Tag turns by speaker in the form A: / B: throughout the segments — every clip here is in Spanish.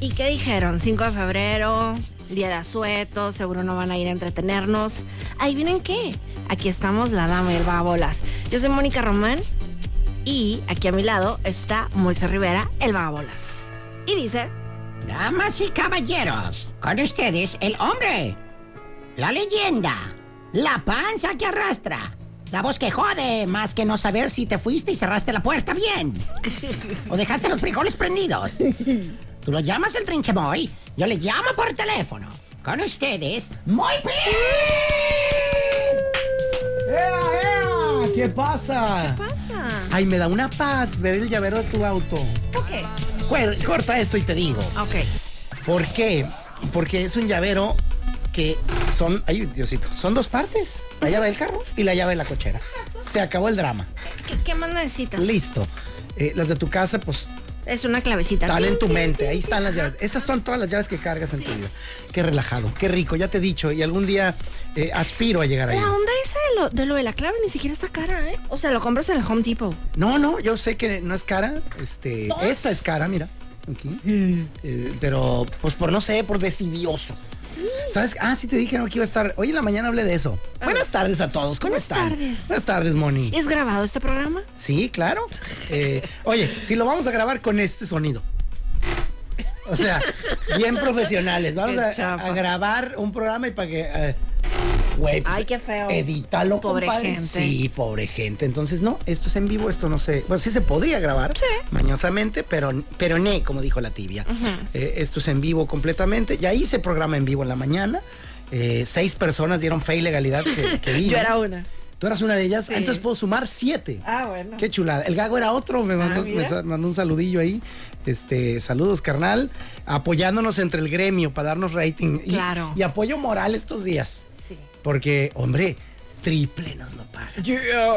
A: ¿Y qué dijeron? 5 de febrero, día de asueto, seguro no van a ir a entretenernos. Ahí vienen qué. Aquí estamos la dama y el vagabolas. Yo soy Mónica Román y aquí a mi lado está Moisés Rivera, el vagabolas. Y dice,
B: Damas y caballeros, con ustedes el hombre, la leyenda, la panza que arrastra, la voz que jode, más que no saber si te fuiste y cerraste la puerta bien o dejaste los frijoles prendidos. Tú lo llamas el trinchemoy, yo le llamo por teléfono. Con ustedes, muy bien.
C: ¡Ea, ea! ¿Qué pasa?
A: pasa.
C: Ay, me da una paz ver el llavero de tu auto.
A: Ok.
C: Cuer- corta eso y te digo.
A: Ok.
C: ¿Por qué? Porque es un llavero que son, ay Diosito, son dos partes. La llave del carro y la llave de la cochera. Se acabó el drama.
A: ¿Qué, qué más necesitas?
C: Listo. Eh, las de tu casa, pues,
A: Es una clavecita.
C: están en tu mente. Ahí están las llaves. Esas son todas las llaves que cargas en tu vida. Qué relajado, qué rico. Ya te he dicho. Y algún día eh, aspiro a llegar ahí.
A: La onda esa de lo, de lo de la clave ni siquiera está cara, ¿eh? O sea, lo compras en el Home Depot.
C: No, no, yo sé que no es cara. Este,
A: Dos.
C: esta es cara, mira. Aquí. Eh, pero, pues por no sé, por decidioso. ¿Sabes? Ah, sí te dijeron que iba a estar. Hoy en la mañana hablé de eso. Buenas tardes a todos. ¿Cómo
A: Ah. Buenas
C: están?
A: tardes.
C: Buenas tardes, Moni.
A: ¿Es grabado este programa?
C: Sí, claro. Eh, oye, si lo vamos a grabar con este sonido. O sea, bien profesionales. Vamos
A: Qué
C: a,
A: chafa.
C: a grabar un programa y para que. eh, güey, pues,
A: Ay, qué feo.
C: Edítalo,
A: Pobre
C: compadre.
A: gente.
C: Sí, pobre gente. Entonces, no, esto es en vivo, esto no sé. Bueno, sí se podría grabar
A: Sí.
C: mañosamente, pero, pero ne, como dijo la tibia. Eh, esto es en vivo completamente. Ya hice programa en vivo en la mañana. Eh, seis personas dieron fe y legalidad que, que vi, ¿no?
A: una.
C: Tú eras una de ellas,
A: Sí.
C: entonces puedo sumar siete.
A: Ah, bueno.
C: Qué chulada. El gago era otro, me mandó,
A: Ah, mira.
C: me sa- mandó un saludillo ahí. Este, saludos, carnal. Apoyándonos entre el gremio para darnos rating. Y-
A: Claro.
C: Y, apoyo moral estos días.
A: Sí.
C: Porque, hombre, triple nos lo paga.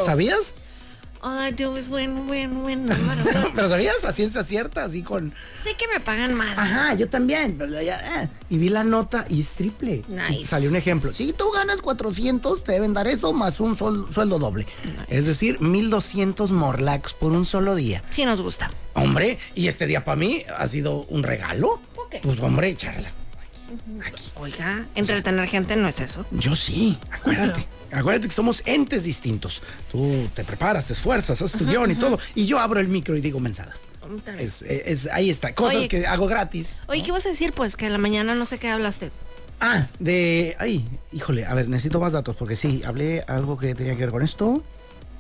C: ¿Sabías?
A: All I do is win, win, win.
C: Pero sabías, a ciencia cierta, así con.
A: sé que me pagan más.
C: Ajá, yo también. pero ya, eh. Y vi la nota y es triple.
A: Nice.
C: Y salió un ejemplo. Si tú ganas 400, te deben dar eso más un sol- sueldo doble. Es decir, 1200 morlacos por un solo día.
A: Sí nos gusta.
C: Hombre, y este día para mí ha sido un regalo.
A: ¿Por qué?
C: Pues hombre, charla. Aquí.
A: Oiga, entretener gente no es eso.
C: Yo sí, acuérdate. Acuérdate que somos entes distintos. Tú te preparas, te esfuerzas, haces tu guión y todo. Y yo abro el micro y digo mensadas. Es- es- ahí está, cosas
A: Oye.
C: que hago gratis.
A: Oye, ¿qué vas a decir? Pues que a la mañana no sé qué hablaste.
C: Ah, de. Ay, híjole, a ver, necesito más datos porque sí, hablé algo que tenía que ver con esto.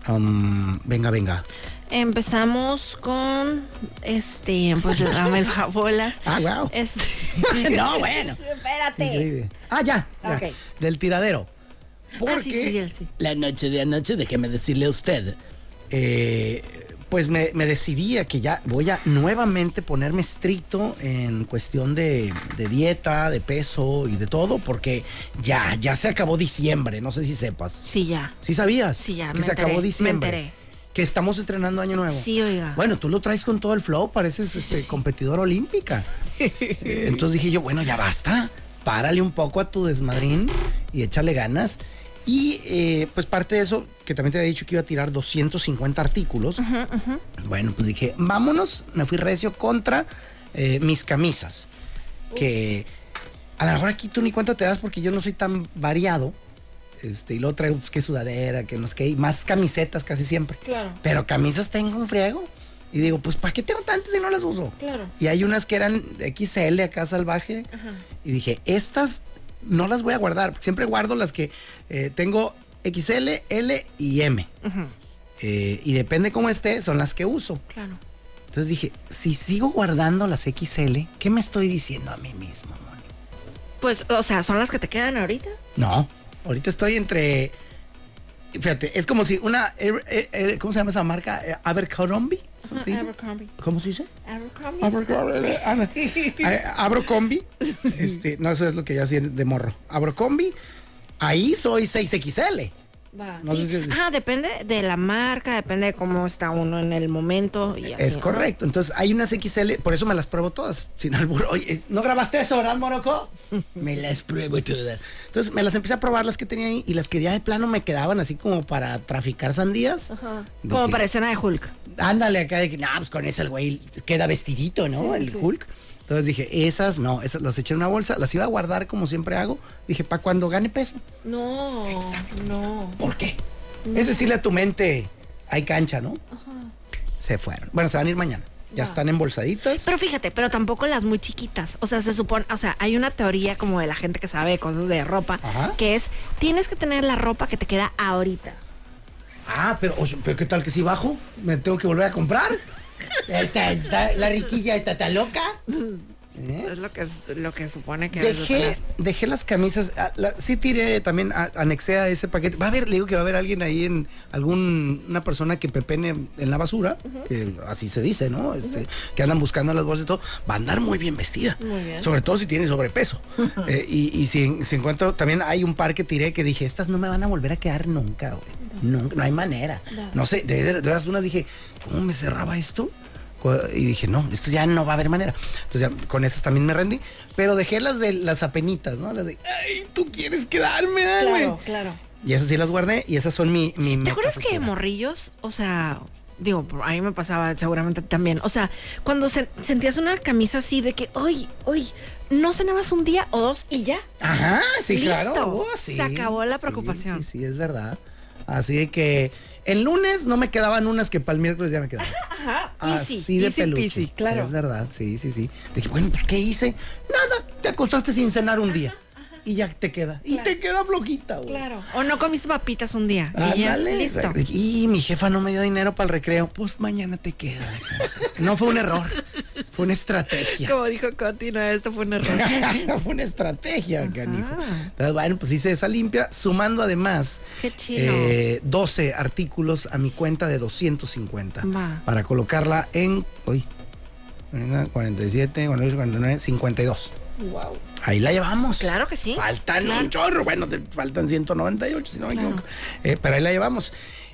C: Am, venga, venga.
A: Empezamos con este, pues la melfabolas.
C: Ah, wow.
A: Este.
C: no, bueno.
A: Espérate.
C: Increíble. Ah, ya. ya.
A: Ok.
C: Del tiradero. Porque
A: Ah, sí, sí, él sí.
C: la noche de anoche, déjeme decirle a usted, eh, pues me, me decidí a que ya voy a nuevamente ponerme estricto en cuestión de, de dieta, de peso y de todo, porque ya, ya se acabó diciembre, no sé si sepas.
A: Sí, ya.
C: ¿Sí sabías?
A: Sí, ya,
C: Que
A: me
C: se
A: enteré,
C: acabó
A: me
C: diciembre.
A: enteré.
C: Que estamos estrenando Año Nuevo.
A: Sí, oiga.
C: Bueno, tú lo traes con todo el flow, pareces este, competidor olímpica. Eh, Entonces dije yo, bueno, ya basta. Párale un poco a tu desmadrín y échale ganas. Y eh, pues parte de eso, que también te había dicho que iba a tirar 250 artículos. Bueno, pues dije, vámonos. Me fui recio contra eh, mis camisas. Que a lo mejor aquí tú ni cuenta te das porque yo no soy tan variado. Este, y luego traigo pues, que sudadera, que no sé qué, y más camisetas casi siempre.
A: Claro.
C: Pero camisas tengo un friego. Y digo, pues, ¿para qué tengo tantas si no las uso?
A: Claro.
C: Y hay unas que eran XL acá salvaje. Y dije, estas no las voy a guardar. Siempre guardo las que eh, tengo XL, L y M. Eh, y depende cómo esté, son las que uso.
A: Claro.
C: Entonces dije, si sigo guardando las XL, ¿qué me estoy diciendo a mí mismo, Moni?
A: Pues, o sea, son las que te quedan ahorita.
C: No, ahorita estoy entre. Fíjate, es como si una. eh, eh, eh, ¿Cómo se llama esa marca? Eh, Abercrombie. ¿Cómo se dice?
A: Ah, Abercrombie.
C: ¿Cómo se dice?
A: Abercrombie.
C: Abercrombie. ah, Abercrombie. Abro combi. Este, no, eso es lo que ya hacía de morro. Abro combi. Ahí soy 6XL.
A: Va,
C: No
A: sí.
C: sé si-
A: Ah, depende de la marca, depende de cómo está uno en el momento. y así,
C: Es
A: ¿no?
C: correcto. Entonces, hay unas XL, por eso me las pruebo todas, sin albur. Oye, ¿no grabaste eso, verdad, Morocco? me las pruebo todas. Entonces, me las empecé a probar las que tenía ahí y las que ya de plano me quedaban así como para traficar sandías.
A: Ajá.
C: Dije,
A: Como para escena de Hulk.
C: Ándale acá de que, no, pues con ese el güey queda vestidito, ¿no? el Hulk. Entonces dije, esas no, esas las eché en una bolsa, las iba a guardar como siempre hago. Dije, para cuando gane peso.
A: No. No.
C: ¿Por qué? Es decirle a tu mente, hay cancha, ¿no? Se fueron. Bueno, se van a ir mañana. Ya están embolsaditas.
A: Pero fíjate, pero tampoco las muy chiquitas. O sea, se supone, o sea, hay una teoría como de la gente que sabe cosas de ropa,
C: Ajá.
A: que es, tienes que tener la ropa que te queda ahorita.
C: Ah, pero, o sea, pero ¿qué tal que si bajo? ¿Me tengo que volver a comprar? Esta- esta- la riquilla esta está loca. ¿Eh?
A: Es lo que, lo que supone que... debes de
C: Dejé,
A: tener.
C: dejé las camisas, ah, la- sí tiré también, a- anexé a ese paquete. Va a haber, le digo que va a haber alguien ahí en algún, una persona que pepene en la basura, que así se dice, ¿no? Este, Que andan buscando las bolsas y todo, va a andar muy bien vestida.
A: Muy bien.
C: Sobre todo si tiene sobrepeso. Eh, y y si, en- si encuentro, también hay un par que tiré que dije, estas no me van a volver a quedar nunca, güey. No, no hay manera. No sé, de, de- de veras una dije, ¿cómo me cerraba esto? Co- Y dije, no, esto ya no va a haber manera. Entonces ya, con esas también me rendí. Pero dejé las de las apenitas, ¿no? Las de, ay, tú quieres quedarme, ah, güey.
A: claro.
C: Y esas sí las guardé y esas son mi... mi
A: ¿Te acuerdas que de
C: metafutura.
A: morrillos? O sea, digo, a mí me pasaba seguramente también. O sea, cuando se- sentías una camisa así de que, hoy, hoy, no cenabas un día o dos y ya.
C: Ajá, sí,
A: Listo.
C: claro. Oh, sí,
A: Se acabó la
C: sí,
A: preocupación.
C: Sí, sí, es verdad. Así de que el lunes no me quedaban unas que para el miércoles ya me quedaban.
A: Ajá,
C: Así de peluche.
A: claro.
C: Es verdad, sí, sí, sí. Dije, bueno, pues ¿qué hice? Nada, te acostaste sin cenar un día. Y ya te queda. Y te queda flojita, güey.
A: Claro. O no comiste papitas un día. y ya,
C: Ándale.
A: listo.
C: Y mi jefa no me dio dinero para el recreo. Pues mañana te queda. No fue un error. Fue una estrategia.
A: Como dijo Coti, no, esto fue un error.
C: Ah, fue una estrategia, canijo. Entonces, bueno, pues hice esa limpia, sumando además
A: Qué chido.
C: eh, 12 artículos a mi cuenta de 250
A: Va.
C: para colocarla en hoy 47, 48, 49, 52. Ahí la llevamos.
A: Claro que sí.
C: Faltan un chorro. Bueno, te faltan 198, si no me equivoco. Eh, pero ahí la llevamos.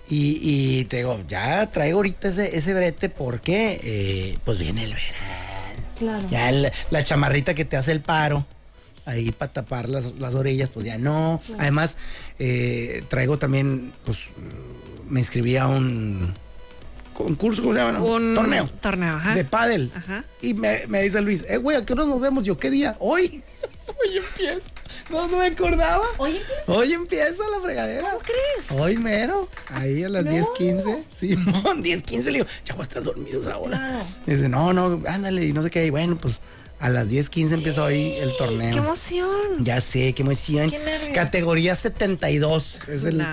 C: Y, y te digo, ya traigo ahorita ese, ese brete porque eh, pues viene el verano.
A: Claro.
C: Ya el- la chamarrita que te hace el paro. Ahí para tapar las, las orillas, pues ya no. Además, eh, traigo también, pues, me inscribí a un concurso, ¿cómo se llama? no?
A: Un
C: torneo.
A: torneo, ajá.
C: De pádel.
A: Ajá.
C: Y me, me dice Luis, eh, güey, ¿a qué hora nos vemos? Yo, ¿qué día? Hoy. Hoy empiezo. No, no me acordaba.
A: Hoy empieza.
C: Hoy empieza la fregadera.
A: ¿Cómo crees?
C: Hoy mero, ahí a las
A: No.
C: 10.15. Sí, 10.15 le digo, ya voy a estar dormido ahora.
A: Claro.
C: Dice, no, no, ándale, y no sé qué. Y bueno, pues a las 10.15 empieza hoy el torneo.
A: ¡Qué emoción!
C: Ya sé, qué emoción.
A: Qué nervio.
C: Categoría 72. Es el,
A: No.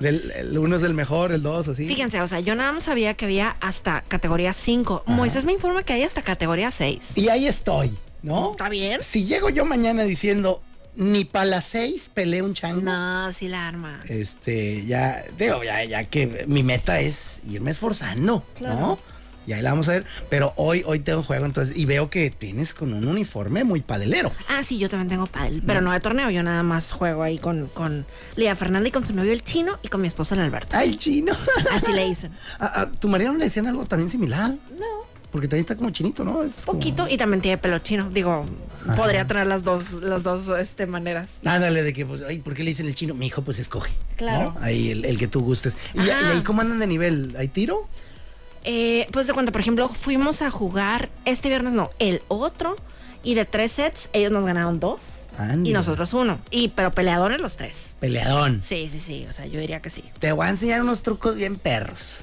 C: del- el uno es el mejor, el dos, así.
A: Fíjense, o sea, yo nada más sabía que había hasta categoría 5. Moisés me informa que hay hasta categoría 6.
C: Y ahí estoy, ¿no?
A: ¿Está bien?
C: Si llego yo mañana diciendo, ni para las 6 peleé un chango.
A: No, sí la arma.
C: Este, ya, digo, ya, ya que mi meta es irme esforzando, ¿no? Y ahí la vamos a ver. Pero hoy, hoy tengo juego, entonces, y veo que tienes con un uniforme muy padelero.
A: Ah, sí, yo también tengo pádel, pero no de torneo. Yo nada más juego ahí con, con Lía Fernanda y con su novio el chino y con mi esposo el Alberto.
C: ¡Ay, chino!
A: Así le dicen.
C: ¿A, a tu marido no le decían algo también similar? No. Porque también está como chinito, ¿no? Es como-
A: Poquito y también tiene pelo chino. Digo, podría tener las dos, las dos este, maneras.
C: Ándale, de que, pues, ay, ¿por qué le dicen el chino? Mi hijo, pues, escoge.
A: Claro.
C: ¿no? Ahí, el, el que tú gustes. ¿Y, y
A: Ajá.
C: ahí cómo andan de nivel? ¿Hay tiro?
A: Eh, pues de cuenta, por ejemplo, fuimos a jugar este viernes, no, el otro. Y de tres sets, ellos nos ganaron dos
C: Anda.
A: y nosotros uno. Y pero peleadores los tres.
C: Peleadón.
A: Sí, sí, sí. O sea, yo diría que sí.
C: Te voy a enseñar unos trucos bien perros.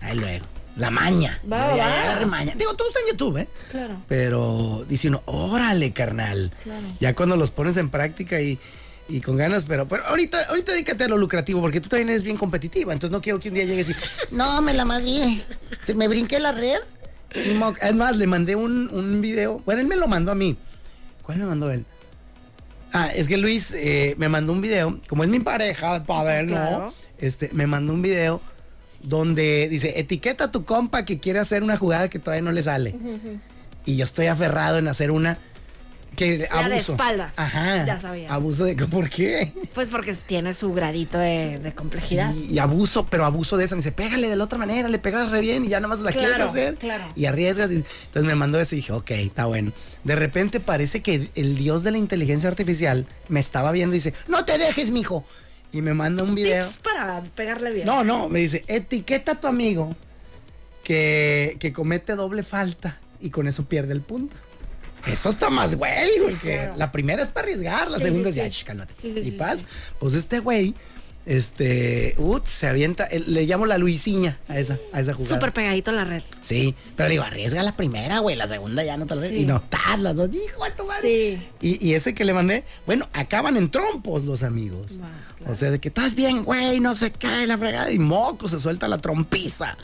C: Ahí luego. La maña.
A: Va,
C: Ya, ya,
A: va.
C: ya agarré maña. Digo, todo está en YouTube, ¿eh?
A: Claro.
C: Pero dice uno, órale, carnal. Ya cuando los pones en práctica y, y con ganas, pero, pero ahorita, ahorita dedícate a lo lucrativo, porque tú también eres bien competitiva. Entonces no quiero que un día llegues y, no, me la madrié. Se me brinqué la red. Y mo- Es más, le mandé un, un video. Bueno, él me lo mandó a mí. ¿Cuál me mandó él? Ah, es que Luis eh, me mandó un video, como es mi pareja, para ver, ¿no?
A: Claro.
C: Este, me mandó un video donde dice, etiqueta a tu compa que quiere hacer una jugada que todavía no le sale. Y yo estoy aferrado en hacer una Que
A: La
C: abuso.
A: de espaldas.
C: Ajá.
A: Ya sabía.
C: Abuso de. ¿Por qué?
A: Pues porque tiene su gradito de, de complejidad.
C: Sí, y abuso, pero abuso de esa. Me dice, pégale de la otra manera, le pegas re bien y ya nomás la
A: Claro,
C: quieres hacer.
A: claro.
C: Y arriesgas. y- entonces me mandó eso y dije, ok, está bueno. De repente parece que el dios de la inteligencia artificial me estaba viendo y dice, no te dejes, mijo. Y me manda un video.
A: Tips para pegarle bien.
C: No, no, me dice, etiqueta a tu amigo que, que comete doble falta y con eso pierde el punto. Eso está más güey, porque la primera es para arriesgar, la
A: Sí,
C: segunda
A: sí,
C: es ya,
A: sí.
C: ch, cálmate.
A: Sí, sí,
C: y
A: sí,
C: paz,
A: sí.
C: pues este güey, este, ut, se avienta, eh, le llamo la Luisiña a esa, a esa jugada.
A: Súper pegadito en la red.
C: Sí, pero le digo, arriesga la primera, güey, la segunda ya no te la
A: Sí.
C: Y no, tas, las dos, hijo de tu madre.
A: Sí.
C: Y, y ese que le mandé, bueno, acaban en trompos los amigos.
A: Wow,
C: O sea, de que estás bien, güey, no se cae la fregada. Y moco, se suelta la trompiza.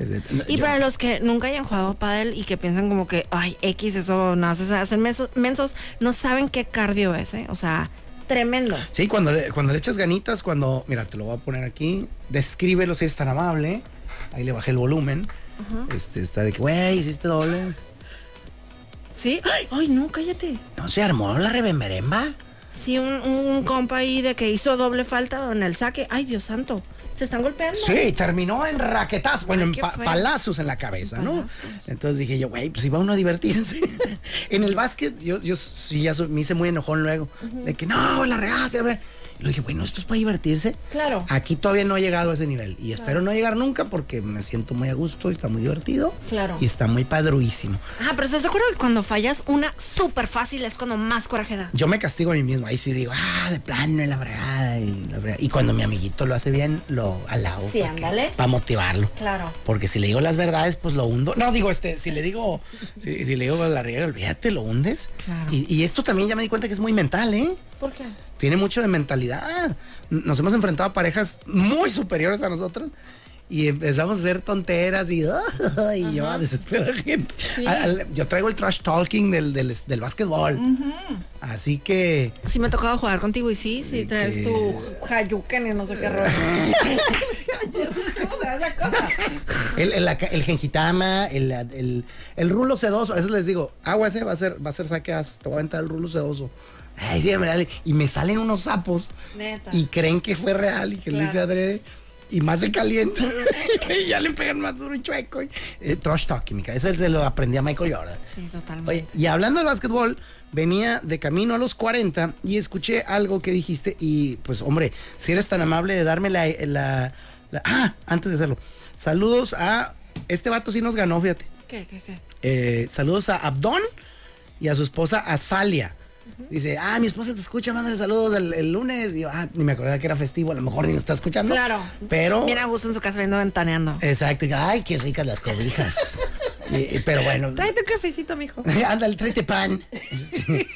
C: Es de-
A: Y
C: yo-
A: para los que nunca hayan jugado pádel y que piensan como que, ay, X, eso no hace, se hacen menso- mensos, no saben qué cardio es, ¿eh? O sea, tremendo.
C: Sí, cuando le, cuando le echas ganitas, cuando. Mira, te lo voy a poner aquí. Descríbelo si es tan amable. Ahí le bajé el volumen. Este está de que, güey, hiciste doble.
A: ¿Sí? Ay, ay, no, cállate.
C: No se armó la rebemberemba.
A: Sí, un, un compa ahí de que hizo doble falta en el saque. Ay, Dios santo. ¿Se están golpeando?
C: Sí, terminó en raquetazos, bueno, en
A: qué
C: pa-
A: feo.
C: palazos en la cabeza, ¿no?
A: Palazos.
C: Entonces dije yo, güey, pues iba uno a divertirse. en el básquet, yo, yo sí ya so- me hice muy enojón luego, de que no, la regaste, güey. Y Le dije, bueno, esto es para divertirse.
A: Claro.
C: Aquí todavía no he llegado a ese nivel y espero no llegar nunca porque me siento muy a gusto y está muy divertido.
A: Claro.
C: Y está muy padruísimo.
A: Ah, pero ¿estás de acuerdo que cuando fallas una súper fácil es cuando más coraje da?
C: Yo me castigo a mí mismo, ahí sí digo, ah, de plano, en la fregada. Y, la fregada. Y cuando mi amiguito lo hace bien, lo alabo.
A: Sí, ándale.
C: Para motivarlo.
A: Claro.
C: Porque si le digo las verdades, pues lo hundo. No, digo, este, si le digo, si, si le digo pues, la realidad, olvídate, lo hundes.
A: Claro.
C: Y, y esto también ya me di cuenta que es muy mental, ¿eh?
A: ¿Por qué?
C: Tiene mucho de mentalidad. Nos hemos enfrentado a parejas muy superiores a nosotros. Y empezamos a hacer tonteras y, y yo a desesperar a gente. Al- al- yo traigo el trash talking del, del, del básquetbol. Así que
A: Sí, me ha tocado jugar contigo y sí, sí, traes
C: que-
A: tu Hayuken y no sé qué rollo. ¿Cómo será esa cosa?
C: El, el, aca- el gengitama, el, el, el rulo sedoso. A veces les digo, agua ese va a ser, va a ser saque as, te voy a aventar el rulo sedoso. Ay, sí, hombre, dale. Y me salen unos sapos
A: Neta.
C: y creen que fue real y que lo hice
A: Claro.
C: adrede. Y más se calienta. y ya le pegan más duro y chueco. Y, eh, trash talking, mi cabeza se lo aprendí a Michael Jordan.
A: Sí, totalmente.
C: Oye, y hablando del básquetbol, venía de camino a los 40 y escuché algo que dijiste y pues hombre, si eres tan amable de darme la... la- la- ah, antes de hacerlo. Saludos a... Este vato sí nos ganó, fíjate.
A: ¿Qué, qué, qué?
C: Eh, saludos a Abdón y a su esposa Azalia. Dice, ah, mi esposa te escucha, mándale saludos el, el lunes. Y yo, ah, ni me acordaba que era festivo, a lo mejor ni lo está escuchando.
A: Claro.
C: Pero...
A: Mira, Augusto en su casa viendo ventaneando.
C: Exacto. y, Ay, qué ricas las cobijas. Y- y- pero bueno.
A: Tráete un cafecito, mijo.
C: Ándale, tráete pan.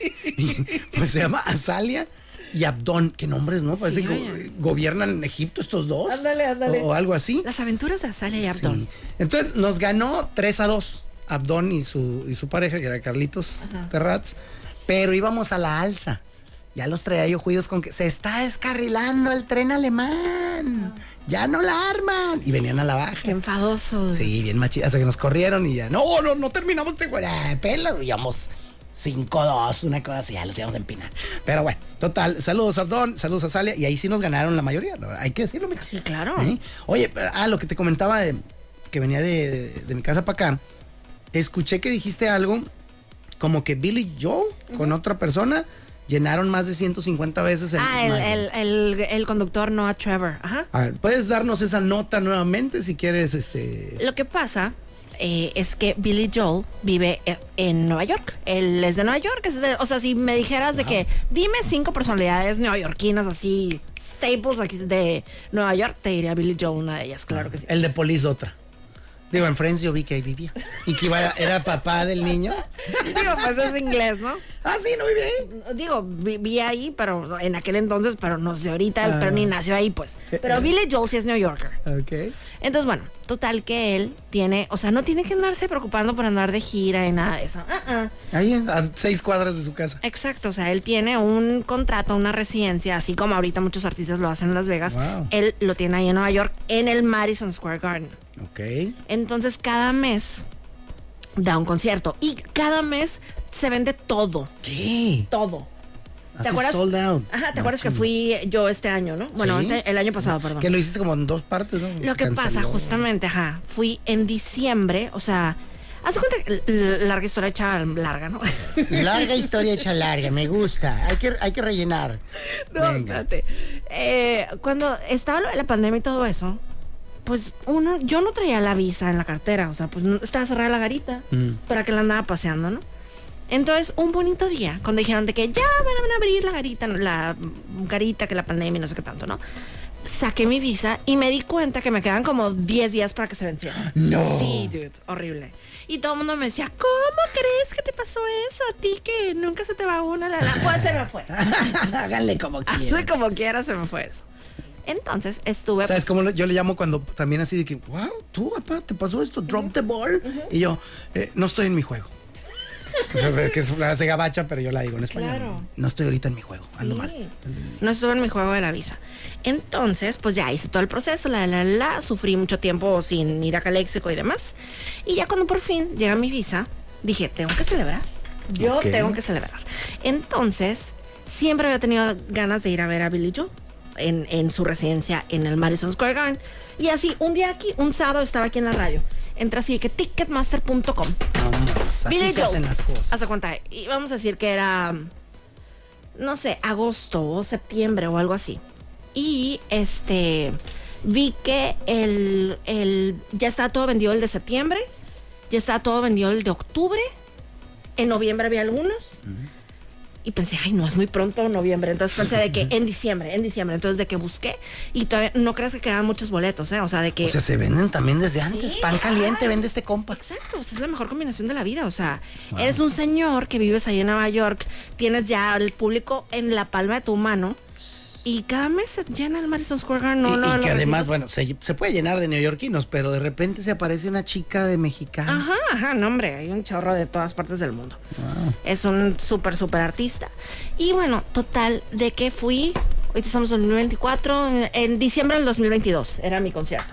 C: pues se llama Azalia y Abdón. Qué nombres, ¿no? Parece
A: Sí,
C: que
A: oye.
C: go- gobiernan Egipto estos dos.
A: Ándale, ándale.
C: O, o algo así.
A: Las aventuras de Azalea y Abdón.
C: Sí. Entonces nos ganó 3 a 2. Abdón y su, y su pareja, que era Carlitos Terrats. Pero íbamos a la alza. Ya los traía yo juidos con que se está descarrilando el tren alemán. Ya no la arman. Y venían a la baja.
A: Qué enfadoso.
C: Sí, bien machi. Hasta que nos corrieron y ya. No, no, no terminamos de jugar. Ah, Pelas, digamos. 5-2, una cosa así, ya los íbamos a empinar. Pero bueno, total, saludos a Don, saludos a Salia, y ahí sí nos ganaron la mayoría, la verdad, hay que decirlo, mija.
A: Sí, claro.
C: ¿Eh? Oye, pero, ah, lo que te comentaba de- que venía de, de mi casa para acá, escuché que dijiste algo como que Billy y Joe con otra persona llenaron más de 150 veces el.
A: Ah, el,
C: Madison.
A: el, el, el conductor Noah Trevor. Ajá.
C: A ver, puedes darnos esa nota nuevamente si quieres, este.
A: Lo que pasa eh, es que Billy Joel vive e- en Nueva York. Él es de Nueva York. es de- o sea, si me dijeras de que dime cinco personalidades neoyorquinas así, staples aquí de Nueva York, te diría Billy Joel, una de ellas, claro que sí.
C: El de Police otra. Digo, en Friends yo vi que ahí vivía. Y que iba- era papá del niño.
A: Digo, pues es inglés, ¿no?
C: Ah, sí, no vive ahí.
A: Digo, vi, vi ahí, pero en aquel entonces, pero no sé ahorita, pero ni nació ahí, pues. Pero Billy Joel sí es New Yorker.
C: Ok.
A: Entonces, bueno, total que él tiene, o sea, no tiene que andarse preocupando por andar de gira y nada de eso. Ah, ah.
C: Ahí, a seis cuadras de su casa.
A: Exacto, o sea, él tiene un contrato, una residencia, así como ahorita muchos artistas lo hacen en Las Vegas.
C: Wow.
A: Él lo tiene ahí en Nueva York, en el Madison Square Garden.
C: Ok.
A: Entonces, cada mes da un concierto. Y cada mes se vende todo,
C: ¿Qué?
A: todo.
C: Hace sold out.
A: Ajá, ¿te
C: No,
A: acuerdas que
C: chinga.
A: fui yo este año, no? Bueno,
C: Sí.
A: este- el año pasado, perdón.
C: Que lo hiciste como en dos partes, ¿no?
A: Lo
C: Se
A: que pasa,
C: canceló.
A: justamente, ajá, fui en diciembre, o sea, hace cuenta que l- l- larga historia hecha larga, ¿no?
B: Larga historia hecha larga, me gusta. Hay que, hay que rellenar.
A: no, espérate. Eh, cuando estaba lo de la pandemia y todo eso, pues uno, yo no traía la visa en la cartera, o sea, pues no- estaba cerrada la garita, para que la andaba paseando, ¿no? Entonces, un bonito día, cuando dijeron de que ya van a abrir la garita, la mm, garita, que la pandemia, y no sé qué tanto, ¿no? Saqué mi visa y me di cuenta que me quedan como 10 días para que se venciera.
C: Oh.
A: No. Sí, dude, horrible. Y todo el mundo me decía, ¿cómo crees que te pasó eso a ti que nunca se te va una? La, la? Pues se me fue.
B: Háganle como
A: Hazle
B: quieran.
A: como quiera, se me fue eso. Entonces estuve.
C: ¿Sabes
A: pues,
C: cómo lo- yo le llamo cuando también así de que, wow, tú, papá, te pasó esto, drop the ball? Y yo, eh, no estoy en mi juego. Es que es una frase gabacha, pero yo la digo en español.
A: Claro.
C: No estoy ahorita en mi juego, ando mal.
A: No estuve en mi juego de la visa. Entonces, pues ya hice todo el proceso, la, la, la, sufrí mucho tiempo sin ir a Caléxico y demás. Y ya cuando por fin llega mi visa, dije, tengo que celebrar. Yo
C: Ok.
A: tengo que celebrar. Entonces, siempre había tenido ganas de ir a ver a Billy Joe en, en su residencia en el Madison Square Garden. Y así, un día aquí, un sábado estaba aquí en la radio. Entra así de que ticketmaster.com.
C: Vamos, pues así
A: Billy
C: se
A: Joel.
C: hacen las cosas.
A: Haz de cuenta, y vamos a decir que era, no sé, agosto o septiembre o algo así. Y este, vi que el, el- ya está todo vendido el de septiembre, ya está todo vendido el de octubre, en noviembre había algunos. Y pensé, ay, no, es muy pronto noviembre. Entonces pensé de que en diciembre, en diciembre. Entonces de que busqué y todavía no creas que quedan muchos boletos, ¿eh? O sea, de que...
C: O sea, se venden también desde antes. Pan caliente
A: ay.
C: vende este compa.
A: pues, Exacto, o sea, es la mejor combinación de la vida. O sea, eres un señor que vives ahí en Nueva York, tienes ya el público en la palma de tu mano y cada mes se llena el Madison Square Garden. No,
C: y,
A: no,
C: y
A: los
C: que además,
A: recintos-
C: bueno, se, se puede llenar de neoyorquinos, pero de repente se aparece una chica de mexicana.
A: Ajá, ajá, no, hombre, hay un chorro de todas partes del mundo. Es un súper, súper artista. Y bueno, total, ¿de qué fui? Ahorita estamos en 2024, en, en diciembre del 2022 era mi concierto.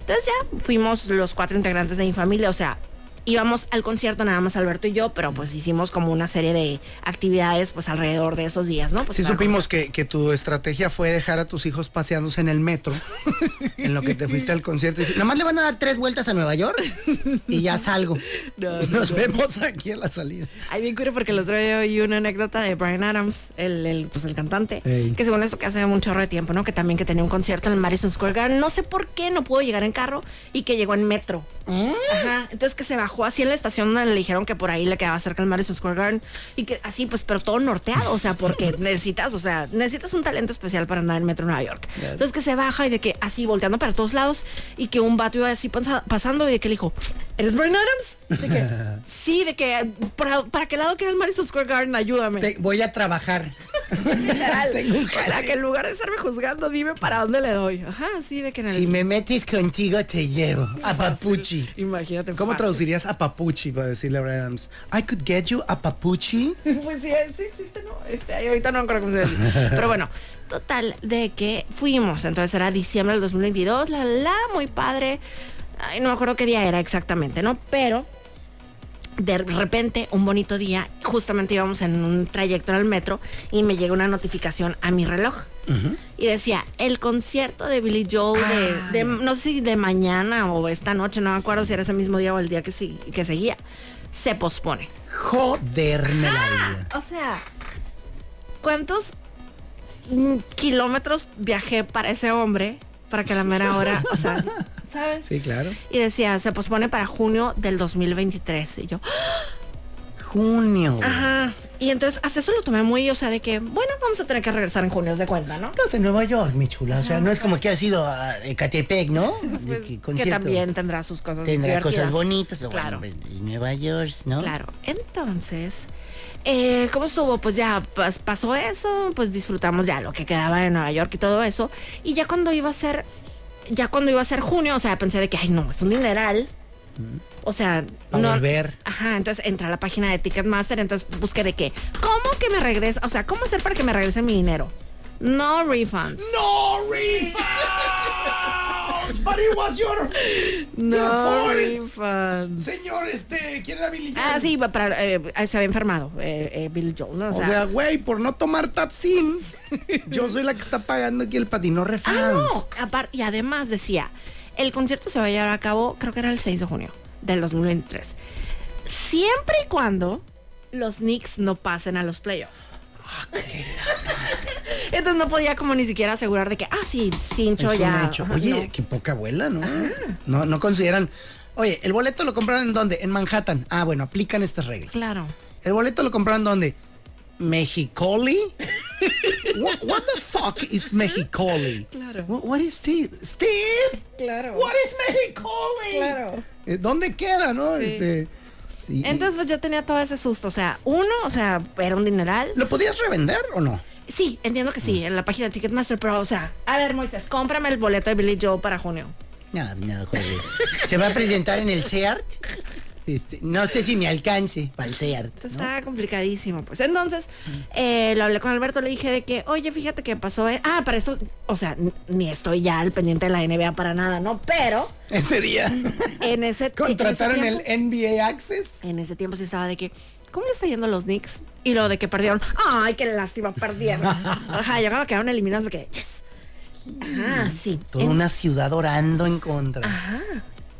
A: Entonces ya fuimos los cuatro integrantes de mi familia, o sea, íbamos al concierto nada más Alberto y yo, pero pues hicimos como una serie de actividades pues alrededor de esos días, ¿no? Pues,
C: Sí
A: para-
C: supimos que, que tu estrategia fue dejar a tus hijos paseándose en el metro, en lo que te fuiste al concierto. Y dices,
B: Nomás le van a dar tres vueltas a Nueva York y ya salgo.
C: Nos vemos aquí a la salida.
A: Ay, bien cura porque los traigo hoy una anécdota de Brian Adams, el, el, pues, el cantante,
C: Ey.
A: que según esto que hace un chorro de tiempo, ¿no? Que también que tenía un concierto en el Madison Square Garden. No sé por qué no pudo llegar en carro y que llegó en metro. Ajá. Entonces que se bajó así en la estación donde le dijeron que por ahí le quedaba cerca el Madison Square Garden y que así, pues, pero todo norteado, o sea, porque necesitas, o sea, necesitas un talento especial para andar en metro en Nueva York. Entonces que se baja y de que así volteando para todos lados y que un vato iba así pansa- pasando y de que le dijo, ¿eres Brian Adams? De que, sí, de que, ¿para, para qué lado queda el Madison Square Garden? Ayúdame.
C: Te- voy a trabajar.
A: Literal.
C: Tengo un
A: o sea, que en lugar de estarme juzgando, dime para dónde le doy. Ajá, sí, de que en el...
C: Si me metes contigo, te llevo. A
A: fácil.
C: Papuchi.
A: Imagínate.
C: ¿Cómo
A: fácil.
C: traducirías a Papuchi para decirle a Brian Adams? I could get you a Papuchi.
A: Pues sí, sí existe, ¿no? Este, ahí ahorita no me acuerdo cómo se dice. Pero bueno, total, de que fuimos. Entonces era diciembre del 2022, la la, muy padre. Ay, no me acuerdo qué día era exactamente, ¿no? Pero de repente, un bonito día, justamente íbamos en un trayecto en el metro y me llega una notificación a mi reloj. Y decía, el concierto de Billy Joel de, de- no sé si de mañana o esta noche, no me acuerdo si era ese mismo día o el día que, sí- que seguía, se pospone.
C: Joderme la vida.
B: Ah,
A: O sea, ¿cuántos mm, kilómetros viajé para ese hombre para que a la mera hora, o sea, ¿sabes?
C: Sí, claro.
A: Y decía, se pospone para junio del 2023. Y yo,
C: Junio.
B: Ah,
A: ajá. Y entonces, hasta eso lo tomé muy, o sea, de que, bueno, vamos a tener que regresar en junio, haz de cuenta, ¿no?
B: Estás en Nueva York, mi chula. O sea, no es como que has ido a Ecatepec, ¿no? De
A: Pues,
B: que
A: que
B: concierto.
A: también tendrá sus cosas
B: Tendrá
A: divertidas.
B: cosas bonitas, pero
A: Claro.
B: bueno, pues, es Nueva York, ¿no?
A: Claro, entonces, eh, ¿cómo estuvo? Pues ya pas- pasó eso, pues disfrutamos ya lo que quedaba de Nueva York y todo eso. Y ya cuando iba a ser, ya cuando iba a ser junio, o sea, pensé de que, ay, no, es un dineral. O sea,
C: Pa'
A: no.
C: volver.
A: Ajá, entonces entra a la página de Ticketmaster, entonces busqué de qué. ¿Cómo que me regresa? O sea, ¿cómo hacer para que me regrese mi dinero? No refunds.
C: much, but it was your, your
A: No,
C: fault.
A: rifan.
C: Señor, este, ¿quién era Billy Joel?
A: Ah, sí, pa- para, eh, se había enfermado eh, eh, Bill Joel, ¿no? O
C: O
A: sea,
C: sea, güey, por no tomar Tapsin, yo soy la que está pagando aquí el patino refán.
A: Ah, no. Apar- y además decía, el concierto se va a llevar a cabo, creo que era el 6 de junio del 2023. Siempre y cuando los Knicks no pasen a los playoffs.
C: Ah,
A: Entonces no podía como ni siquiera asegurar de que, ah, sí,
C: Es
A: cincho
C: un
A: ya.
C: hecho.
A: Ajá,
C: Oye,
A: no.
C: qué poca abuela, ¿no? No, no consideran. Oye, ¿el boleto lo compraron en dónde? En Manhattan. Ah, bueno, aplican estas reglas.
A: Claro.
C: ¿El boleto lo compraron dónde? ¿Mexicoli? what, what the fuck is Mexicoli?
A: Claro.
C: What, what is Steve? Steve?
A: Claro.
C: What is Mexicoli?
A: Claro.
C: Eh, ¿Dónde queda, no?
A: Sí.
C: Este, y- y-
A: Entonces pues yo tenía todo ese susto. O sea, uno, o sea, era un dineral.
C: ¿Lo podías revender o no?
A: Sí, entiendo que
C: Mm.
A: sí, en la página de Ticketmaster, pero, o sea, a ver, Moisés, cómprame el boleto de Billy Joel para junio.
C: No, no juegues. Se va a presentar en el SEART. Este, no sé si me alcance para el SEART.
A: Entonces
C: ¿no?
A: estaba complicadísimo, pues. Entonces, eh, lo hablé con Alberto, le dije de que, oye, fíjate que pasó. eh, Ah, para esto, o sea, n- ni estoy ya al pendiente de la NBA para nada, ¿no? Pero
C: Ese día.
A: en ese,
C: Contrataron
A: en ese
C: el
A: tiempo,
C: NBA Access.
A: En ese tiempo sí estaba de que, ¿cómo le está yendo a los Knicks? Y lo de que perdieron. ¡Ay, qué lástima, perdieron! Ajá, ya cuando quedaron eliminados, me quedé, ¡yes! Ajá, sí.
C: Toda una ciudad orando en contra.
A: Ajá.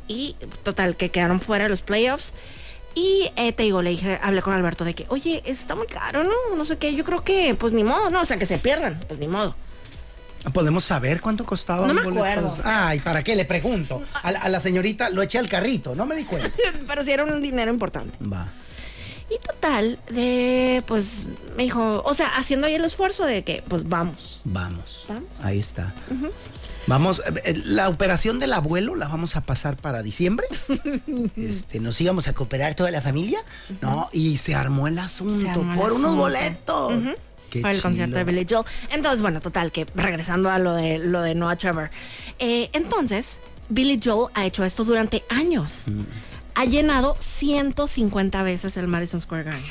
A: Y total, que quedaron fuera de los playoffs. Y eh, te digo, le dije, hablé con Alberto de que, oye, está muy caro, ¿no? No sé qué, yo creo que, pues ni modo, ¿no? O sea, que se pierdan, pues ni modo.
C: ¿Podemos saber cuánto costaba?
A: No
C: un
A: me
C: boleto?
A: acuerdo.
C: Ay, ¿para qué le pregunto? A la, a la señorita lo eché al carrito, no me di cuenta.
A: Pero sí era un dinero importante.
C: Va.
A: Y total, de, pues me dijo, o sea, haciendo ahí el esfuerzo de que, pues vamos.
C: Vamos.
A: Vamos.
C: Ahí está. Vamos, eh, eh, la operación del abuelo la vamos a pasar para diciembre. este, nos íbamos a cooperar toda la familia, ¿no? Y se armó el asunto
A: Se armó el
C: por unos
A: asunto.
C: boletos.
A: Ujú.
C: Qué
A: para el concierto de
C: chilo.
A: Billy Joel. Entonces, bueno, total, que regresando a lo de, lo de Noah Trevor. Eh, entonces, Billy Joel ha hecho esto durante años.
C: Mm.
A: Ha llenado 150 veces el Madison Square Garden.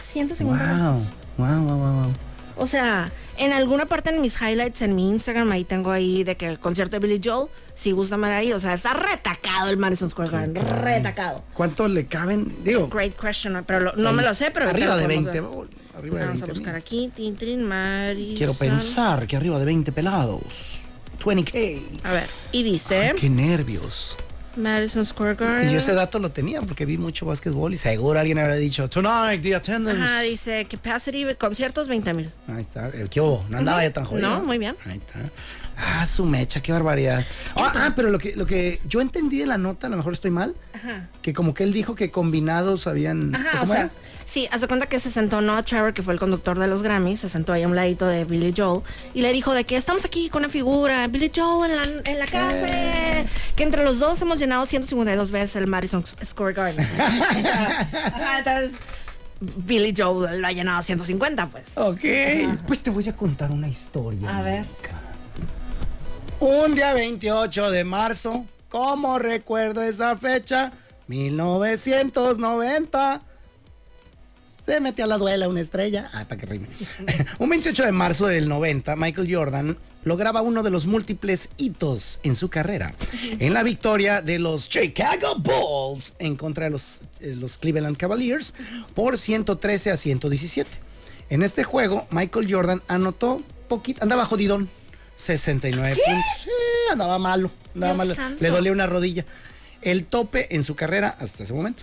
A: 150 veces.
C: wow, wow, wow, wow.
A: O sea, en alguna parte en mis highlights en mi Instagram, ahí tengo ahí de que el concierto de Billy Joel, si gusta ver ahí, o sea, está retacado el Madison Square Garden, retacado.
C: ¿Cuánto le caben? Digo,
A: Great question, pero lo- no me lo sé, pero ahorita
C: arriba
A: lo
C: de
A: podemos
C: 20.
A: ver.
C: oh, Arriba de
A: Vamos a
C: 20
A: buscar
C: mil.
A: aquí, Tintrin, Madison.
C: Quiero pensar que arriba de 20 pelados. 20k.
A: A ver, y dice
C: Ay, qué nervios.
A: Madison Square Garden.
C: Y yo ese dato lo tenía porque vi mucho básquetbol y seguro alguien habrá dicho, tonight the attendance.
A: Ajá, dice capacity, conciertos 20 mil.
C: Ahí está, el que hubo, no andaba ya tan jodido.
A: No, muy bien.
C: Ahí está. Ah, su mecha, qué barbaridad. Ah, ah, pero lo que, lo que yo entendí de la nota, a lo mejor estoy mal,
A: Ajá.
C: que como que él dijo que combinados habían...
A: Ajá, o
C: ¿cómo
A: sea,
C: era?
A: sí, hace cuenta que se sentó Noah Trevor, que fue el conductor de los Grammys, se sentó ahí a un ladito de Billy Joel y le dijo de que estamos aquí con una figura, Billy Joel en la, en la casa, eh, que entre los dos hemos llenado 152 veces el Madison Square Garden. Ajá, entonces Billy Joel lo ha llenado 150, pues.
C: Ok. Pues te voy a contar una historia.
A: A ver.
C: Mónica. Un día 28 de marzo, como recuerdo esa fecha, 1990. Se metió a la duela una estrella. Ah, para que rime. Un 28 de marzo del 90, Michael Jordan lograba uno de los múltiples hitos en su carrera. En la victoria de los Chicago Bulls en contra de los, eh, los Cleveland Cavaliers por 113 a 117. En este juego, Michael Jordan anotó poquito, andaba jodidón. 69 puntos. Sí, andaba malo. Andaba
A: Dios
C: malo.
A: santo.
C: Le dolía una rodilla. El tope en su carrera hasta ese momento.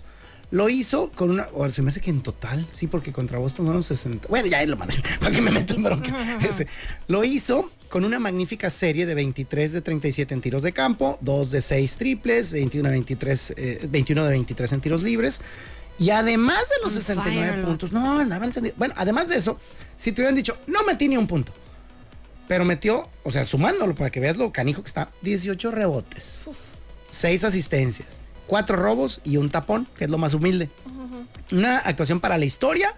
C: Lo hizo con una. o se me hace que en total, sí, porque contra Boston fueron 60. Bueno, ya ahí lo mandé. ¿Para que me meto en bronca? Ese. Lo hizo con una magnífica serie de 23 de 37 en tiros de campo, 2 de 6 triples, 21 de 23, eh, 21 de 23 en tiros libres. Y además de los
A: On
C: 69
A: fire,
C: puntos, no, andaba encendido. Bueno, además de eso, si te hubieran dicho, no metí ni un punto, pero metió, o sea, sumándolo para que veas lo canijo que está, 18 rebotes, 6 asistencias, 4 robos y un tapón, que es lo más humilde. Una actuación para la historia.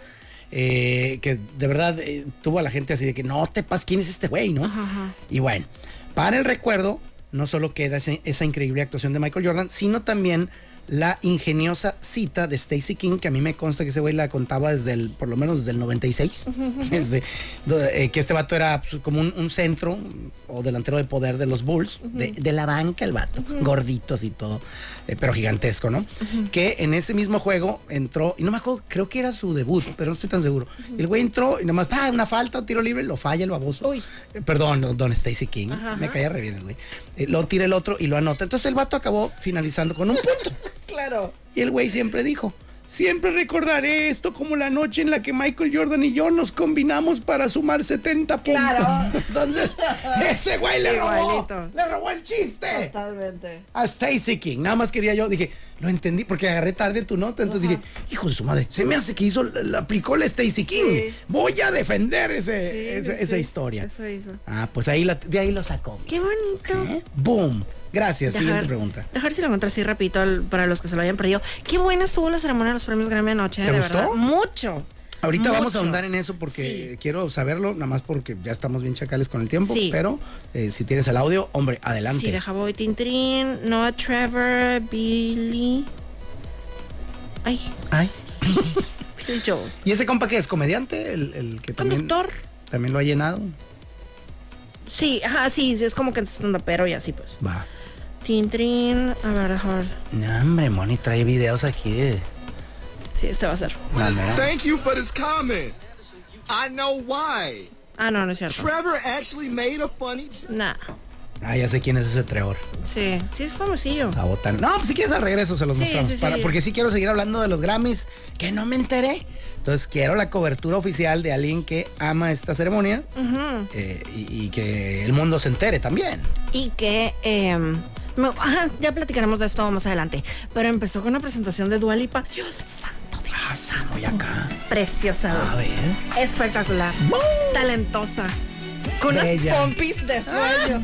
C: eh, que de verdad eh, tuvo a la gente así de que no te pas quién es este güey, ¿no? Y bueno, para el recuerdo, no solo queda ese- esa increíble actuación de Michael Jordan, sino también la ingeniosa cita de Stacy King, que a mí me consta que ese güey la contaba desde el, por lo menos desde el 96, desde, do- eh, que este vato era pues, como un, un centro o delantero de poder de los Bulls, de, de la banca el vato, gorditos y todo, eh, pero gigantesco, ¿no? Que en ese mismo juego entró, y no me acuerdo, creo que era su debut, pero no estoy tan seguro. El güey entró y nada más, ¡pah! Una falta, un tiro libre, lo falla el baboso.
A: Uy.
C: Eh, Perdón, don- don Stacy King, me caía re bien el güey. Eh, lo tira el otro y lo anota. Entonces el vato acabó finalizando con un punto.
A: Claro.
C: Y el güey siempre dijo, siempre recordaré esto como la noche en la que Michael Jordan y yo nos combinamos para sumar 70 puntos.
A: Claro.
C: Entonces, ese güey le robó.
A: Igualito.
C: Le robó el chiste.
A: Totalmente.
C: A Stacy King. Nada más quería yo, dije, lo entendí porque agarré tarde tu nota. Entonces dije, hijo de su madre, se me hace que hizo, la aplicó la Stacy King.
A: Sí.
C: Voy a defender ese, ese- Eh, esa historia.
A: Eso hizo.
C: Ah, pues ahí la- de ahí lo sacó.
A: Qué bonito.
C: ¿Eh? Boom. Gracias. Siguiente
A: Dejar-
C: pregunta.
A: Dejar si lo encuentro así, repito, al- para los que se lo hayan perdido. Qué buena estuvo la ceremonia de los premios Grammy anoche, ¿eh?
C: ¿Te
A: de
C: gustó?
A: verdad. Mucho.
C: Ahorita vamos
A: Mucho.
C: a ahondar en eso porque
A: Sí.
C: quiero saberlo, nada más porque ya estamos bien chacales con el tiempo,
A: Sí.
C: pero eh, si tienes el audio, hombre, adelante.
A: Sí, deja Boy Tintrin, Noah Trevor, Billy. Ay,
C: Ay.
A: Billy Joel.
C: ¿Y ese compa que es comediante? El, el que también,
A: Conductor.
C: también lo ha llenado.
A: Sí, ajá, sí, sí, es como que stand pero y así pues.
C: Va.
A: Tintrin, a ver, deja ver.
C: No, hombre, Moni trae videos aquí de.
A: Sí, este va a ser.
C: No, no.
D: Thank you for this comment. I know why.
A: Ah, no, no es cierto.
D: Trevor actually made a funny joke.
A: Nah.
C: Ah, ya sé quién es ese Trevor.
A: Sí, sí es famosillo.
C: La botana. No, pues si quieres al regreso se los
A: Sí,
C: mostramos.
A: sí, sí.
C: para- porque sí quiero seguir hablando de los Grammys, que no me enteré. Entonces quiero la cobertura oficial de alguien que ama esta ceremonia eh, y- y que el mundo se entere también.
A: Y que. em, me- ajá, ya platicaremos de esto más adelante. Pero empezó con una presentación de Dualipa. Dios santo, Dios.
C: Pasa, voy acá.
A: Preciosa.
C: A
A: güey.
C: ver.
A: Espectacular.
C: ¡Bum!
A: Talentosa. Con unas
C: Bella.
A: pompis de sueño.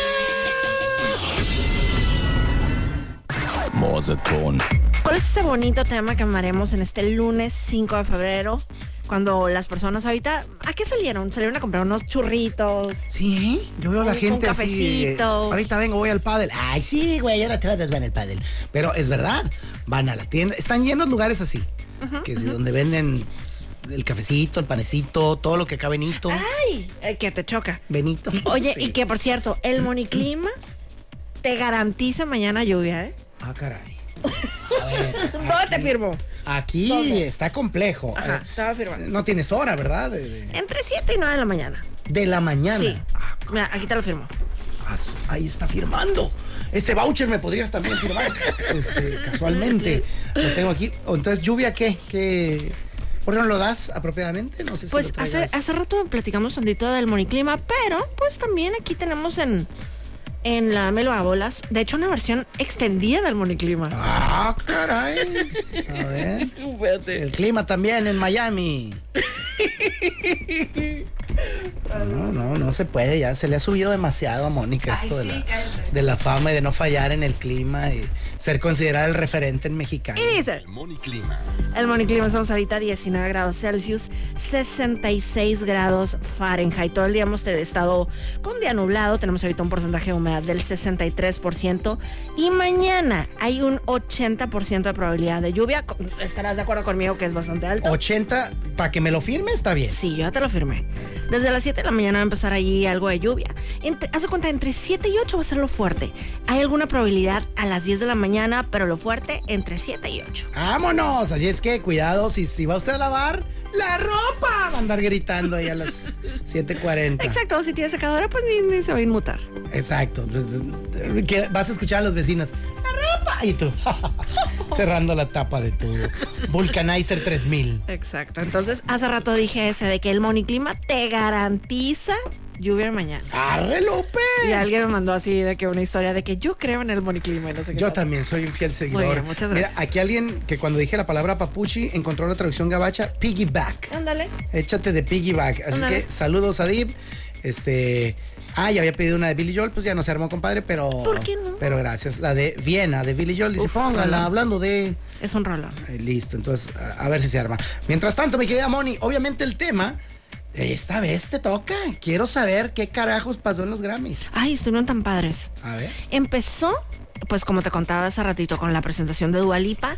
E: Moseton.
A: ¿Cuál es este bonito tema que amaremos en este lunes 5 de febrero? Cuando las personas ahorita. ¿A qué salieron? Salieron a comprar unos churritos.
C: Sí, ¿eh? yo veo a la
A: Un- un
C: gente así. eh,
A: cafecito.
C: ahorita vengo, voy al pádel. Ay, sí, güey, ahora todos van al pádel. Pero es verdad, van a la tienda. Están llenos lugares así. que es donde venden pues, el cafecito, el panecito, todo lo que acá Benito.
A: ¡Ay! eh, que te choca.
C: Benito.
A: Oye,
C: Sí.
A: y que por cierto, el moniclima te garantiza mañana lluvia, ¿eh?
C: Ah, caray.
A: ¿Dónde te firmo?
C: Aquí está complejo.
A: Ajá,
C: Eh,
A: estaba firmando.
C: No tienes hora, ¿verdad? De, de-
A: Entre 7 y 9 de la mañana.
C: de la mañana.
A: Sí. Mira, aquí te lo firmo.
C: Ah, su- Ahí está firmando. Este voucher me podrías también firmar. Este, casualmente. Lo tengo aquí. O Entonces, ¿lluvia qué? ¿Qué? ¿Por qué no lo das apropiadamente? No sé si
A: Pues
C: lo
A: hace,
C: traigas.
A: hace rato platicamos tantito del moniclima, pero pues también aquí tenemos en, en la Melo Bolas, de hecho, una versión extendida del moniclima.
C: Ah, caray. A ver. El clima también en Miami. No, no, no se puede ya. Se le ha subido demasiado a Mónica esto de, la, de la fama y de no fallar en el clima y ser considerada el referente en mexicano.
A: Y dice: El Moniclima estamos ahorita a 19 grados Celsius, 66 grados Fahrenheit. Todo el día hemos estado con día nublado, tenemos ahorita un porcentaje de humedad del 63% y mañana hay un 80% de probabilidad de lluvia. Co- Estarás de acuerdo conmigo que es bastante alto.
C: 80, para que me lo firme está bien.
A: Sí, yo ya te lo firmé. Desde las 7 de la mañana va a empezar allí algo de lluvia. Entre- haz de cuenta, entre 7 y 8 va a ser lo fuerte. Hay alguna probabilidad a las 10 de la mañana, pero lo fuerte entre 7 y 8.
C: Vámonos. Así es que cuidado si, si va usted a lavar la ropa. Va a andar gritando ahí a las 7:40.
A: Exacto, si tienes secadora, pues ni, ni se va a inmutar.
C: Exacto. Que vas a escuchar a los vecinos. ¡La ropa! Y tú. Cerrando la tapa de tu Vulcanizer 3000.
A: Exacto. Entonces, hace rato dije ese de que el moniclima te garantiza Lluvia mañana.
C: ¡Arre, Lupe!
A: Y alguien me mandó así de que una historia de que yo creo en el moniclima y no sé qué.
C: Yo
A: tal.
C: también soy un fiel seguidor.
A: bien, muchas gracias.
C: Mira, aquí alguien que cuando dije la palabra papuchi encontró la traducción gabacha, piggyback.
A: Ándale.
C: Échate de piggyback. Así
A: Ándale.
C: que saludos a Dib. Este. Ah, ya había pedido una de Billy Joel, pues ya no se armó, compadre, pero.
A: ¿Por qué no?
C: Pero gracias. La de Viena, de Billy Joel. Dice,
A: Uf,
C: póngala,
A: ándale.
C: hablando de.
A: Es un rolón.
C: Eh, Listo, entonces a, a ver si se arma. Mientras tanto, mi querida Moni, obviamente el tema, eh, esta vez te toca. Quiero saber qué carajos pasó en los Grammys.
A: Ay, estuvieron tan padres.
C: A ver.
A: Empezó, pues como te contaba hace ratito, con la presentación de Dualipa.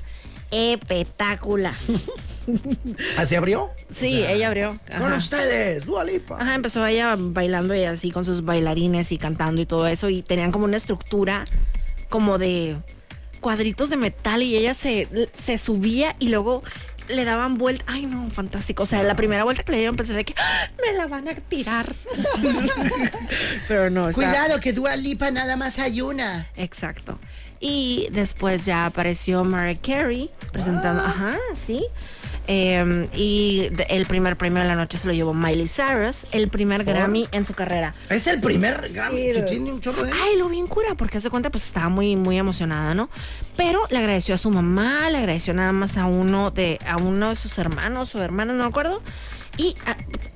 A: Espectacular.
C: ¿Así ¿Ah, abrió?
A: Sí, ella abrió.
C: Con
A: Ajá.
C: ustedes, Dua Lipa.
A: Ajá, empezó ella bailando y así con sus bailarines y cantando y todo eso. Y tenían como una estructura como de cuadritos de metal y ella se, se subía y luego le daban vuelta. Ay, no, fantástico. O sea, la primera vuelta que le dieron pensé de que ¡Ah! me la van a tirar. Pero no, está...
C: Cuidado que Dua Lipa nada más ayuna.
A: Exacto. Y después ya apareció Mariah Carey presentando. Ajá, sí. Eh, y de- el primer premio de la noche se lo llevó Miley Cyrus, el primer Grammy en su carrera.
C: Es el primer Grammy que tiene un chorro de...
A: Ay, lo bien cura, porque hace cuenta, pues estaba muy, muy emocionada, ¿no? Pero le agradeció a su mamá, le agradeció nada más a uno de, a uno de sus hermanos o hermanas, no me acuerdo. Y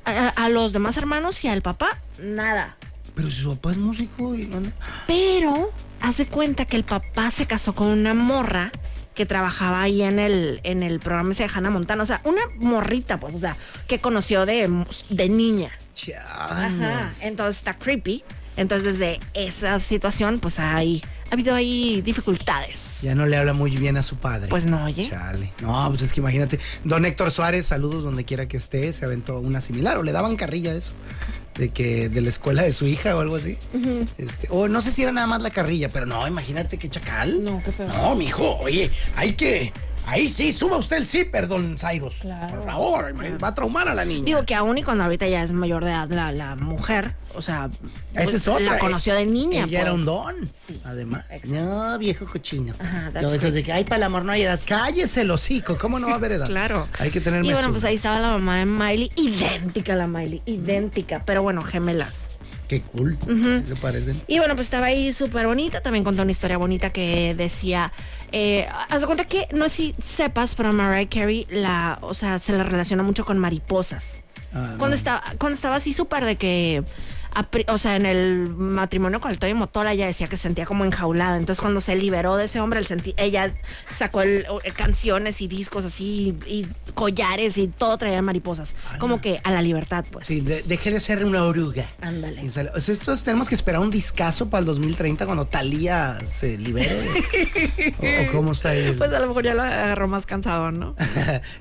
A: a, a- a los demás hermanos y al papá, nada.
C: Pero si su papá es músico y no...
A: Pero hace cuenta que el papá se casó con una morra que trabajaba ahí en el, en el programa ese de Hannah Montana. O sea, una morrita, pues, o sea, que conoció de, de niña. Ajá. Entonces está creepy. Entonces, desde esa situación, pues hay, ha habido ahí dificultades.
C: Ya no le habla muy bien a su padre.
A: Pues no, oye.
C: Chale. No, pues es que imagínate. Don Héctor Suárez, saludos donde quiera que esté, se aventó una similar. O le daban carrilla de eso. De que de la escuela de su hija o algo así. Este, o no sé si era nada más la carrilla, pero no, imagínate que chacal.
A: No, qué feo.
C: No, mijo, oye, hay que. Ahí sí, suba usted el zipper, don Cyrus. Por favor, va a traumar a la niña.
A: Digo que aún y cuando ahorita ya es mayor de edad la, la mujer, o sea, pues,
C: Esa es otra. eh,
A: la conoció de niña.
C: Ella era
A: pues.
C: un don.
A: Sí.
C: Además. No, viejo cochino.
A: Ajá, that's
C: No, esas de que, ay, para el amor no hay edad. Cállese el hocico. ¿Cómo no va a haber edad?
A: Claro.
C: Hay que tener
A: Y bueno,
C: mesura.
A: pues ahí estaba la mamá de Miley, idéntica a la Miley, idéntica, pero bueno, gemelas.
C: Qué cool. ¿Sí le parecen?
A: Y bueno, pues estaba ahí súper bonita. También contó una historia bonita que decía. Eh, haz de cuenta que, no sé si sepas, pero Mariah Carey, la, o sea, se la relaciona mucho con mariposas.
C: Ah,
A: cuando, estaba, cuando estaba así súper de que. apri- O sea, en el matrimonio con el Toy Motora ella decía que se sentía como enjaulada. Entonces, cuando se liberó de ese hombre, el senti- ella sacó el- o- eh, canciones y discos así, y, y collares y todo traía mariposas. Como que a la libertad, pues.
C: Sí, de- deje de ser una oruga.
A: Ándale.
C: Y sale- o sea, entonces tenemos que esperar un discazo para el 2030 cuando Talía se libere. o, o cómo está ahí.
A: Pues a lo mejor ya lo agarró más cansado, ¿no?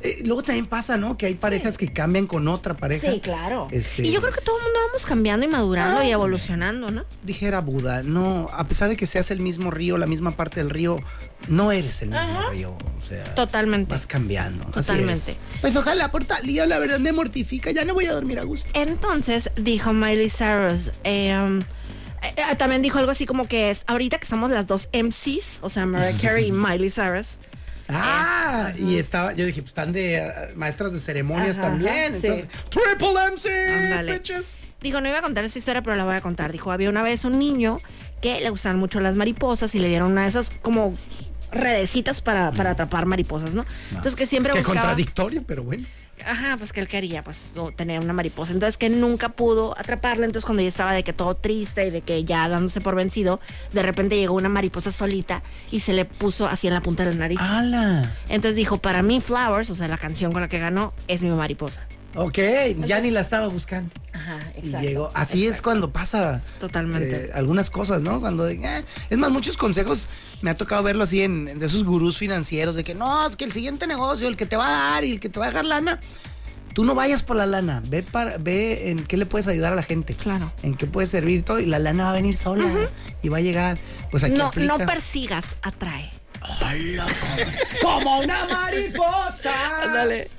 C: Eh, Luego también pasa, ¿no? Que hay parejas que cambian con otra pareja.
A: Sí, claro. Ah.
C: Este-
A: Y yo creo que todo el mundo vamos cambiando y madurando y evolucionando, ¿no?
C: dijera Buda, no, a pesar de que seas el mismo río, la misma parte del río, no eres el mismo río. O sea,
A: Totalmente.
C: vas cambiando. así
A: Totalmente.
C: es. Pues ojalá por Talía, la verdad me mortifica, ya no voy a dormir a gusto.
A: Entonces dijo Miley Cyrus, em, eh, eh, también dijo algo así como que es, ahorita que somos las dos MCs, o sea, Mariah Carey y Miley Cyrus.
C: Ah, y estaba, yo dije, pues están de eh, maestras de ceremonias
A: Ajá,
C: también.
A: sí.
C: Entonces, Triple MC,
A: Ándale.
C: Eh, bitches.
A: Dijo, no iba a contar esa historia, pero la voy a contar. Dijo, había una vez un niño que le gustaban mucho las mariposas y le dieron una de esas como redecitas para, para atrapar mariposas,
C: Ah.
A: ¿no? Entonces que siempre
C: Qué
A: buscaba...
C: contradictorio, pero bueno.
A: Ajá, pues que él quería, pues, o tener una mariposa. Entonces, que nunca pudo atraparla. Entonces, cuando ya estaba de que todo triste y de que ya dándose por vencido, de repente llegó una mariposa solita y se le puso así en la punta de la nariz.
C: Ah. ¡Hala!
A: Entonces dijo, para mí Flowers, o sea, la canción con la que ganó, es mi mariposa.
C: Ok, ya ni la estaba buscando.
A: Ajá,
C: Y llegó. Así es cuando pasa.
A: Totalmente.
C: eh, algunas cosas, ¿no? Cuando. de, "Ah". es más, muchos consejos me ha tocado verlo así en, en de esos gurús financieros, de que no, es que el siguiente negocio, el que te va a dar y el que te va a dejar lana. Tú no vayas por la lana, ve, para, ve en qué le puedes ayudar a la gente.
A: Claro.
C: En qué puedes servir todo y la lana va a venir sola y va a llegar. Pues aquí
A: No,
C: aplica.
A: no persigas, atrae.
C: Como una mariposa. Dale.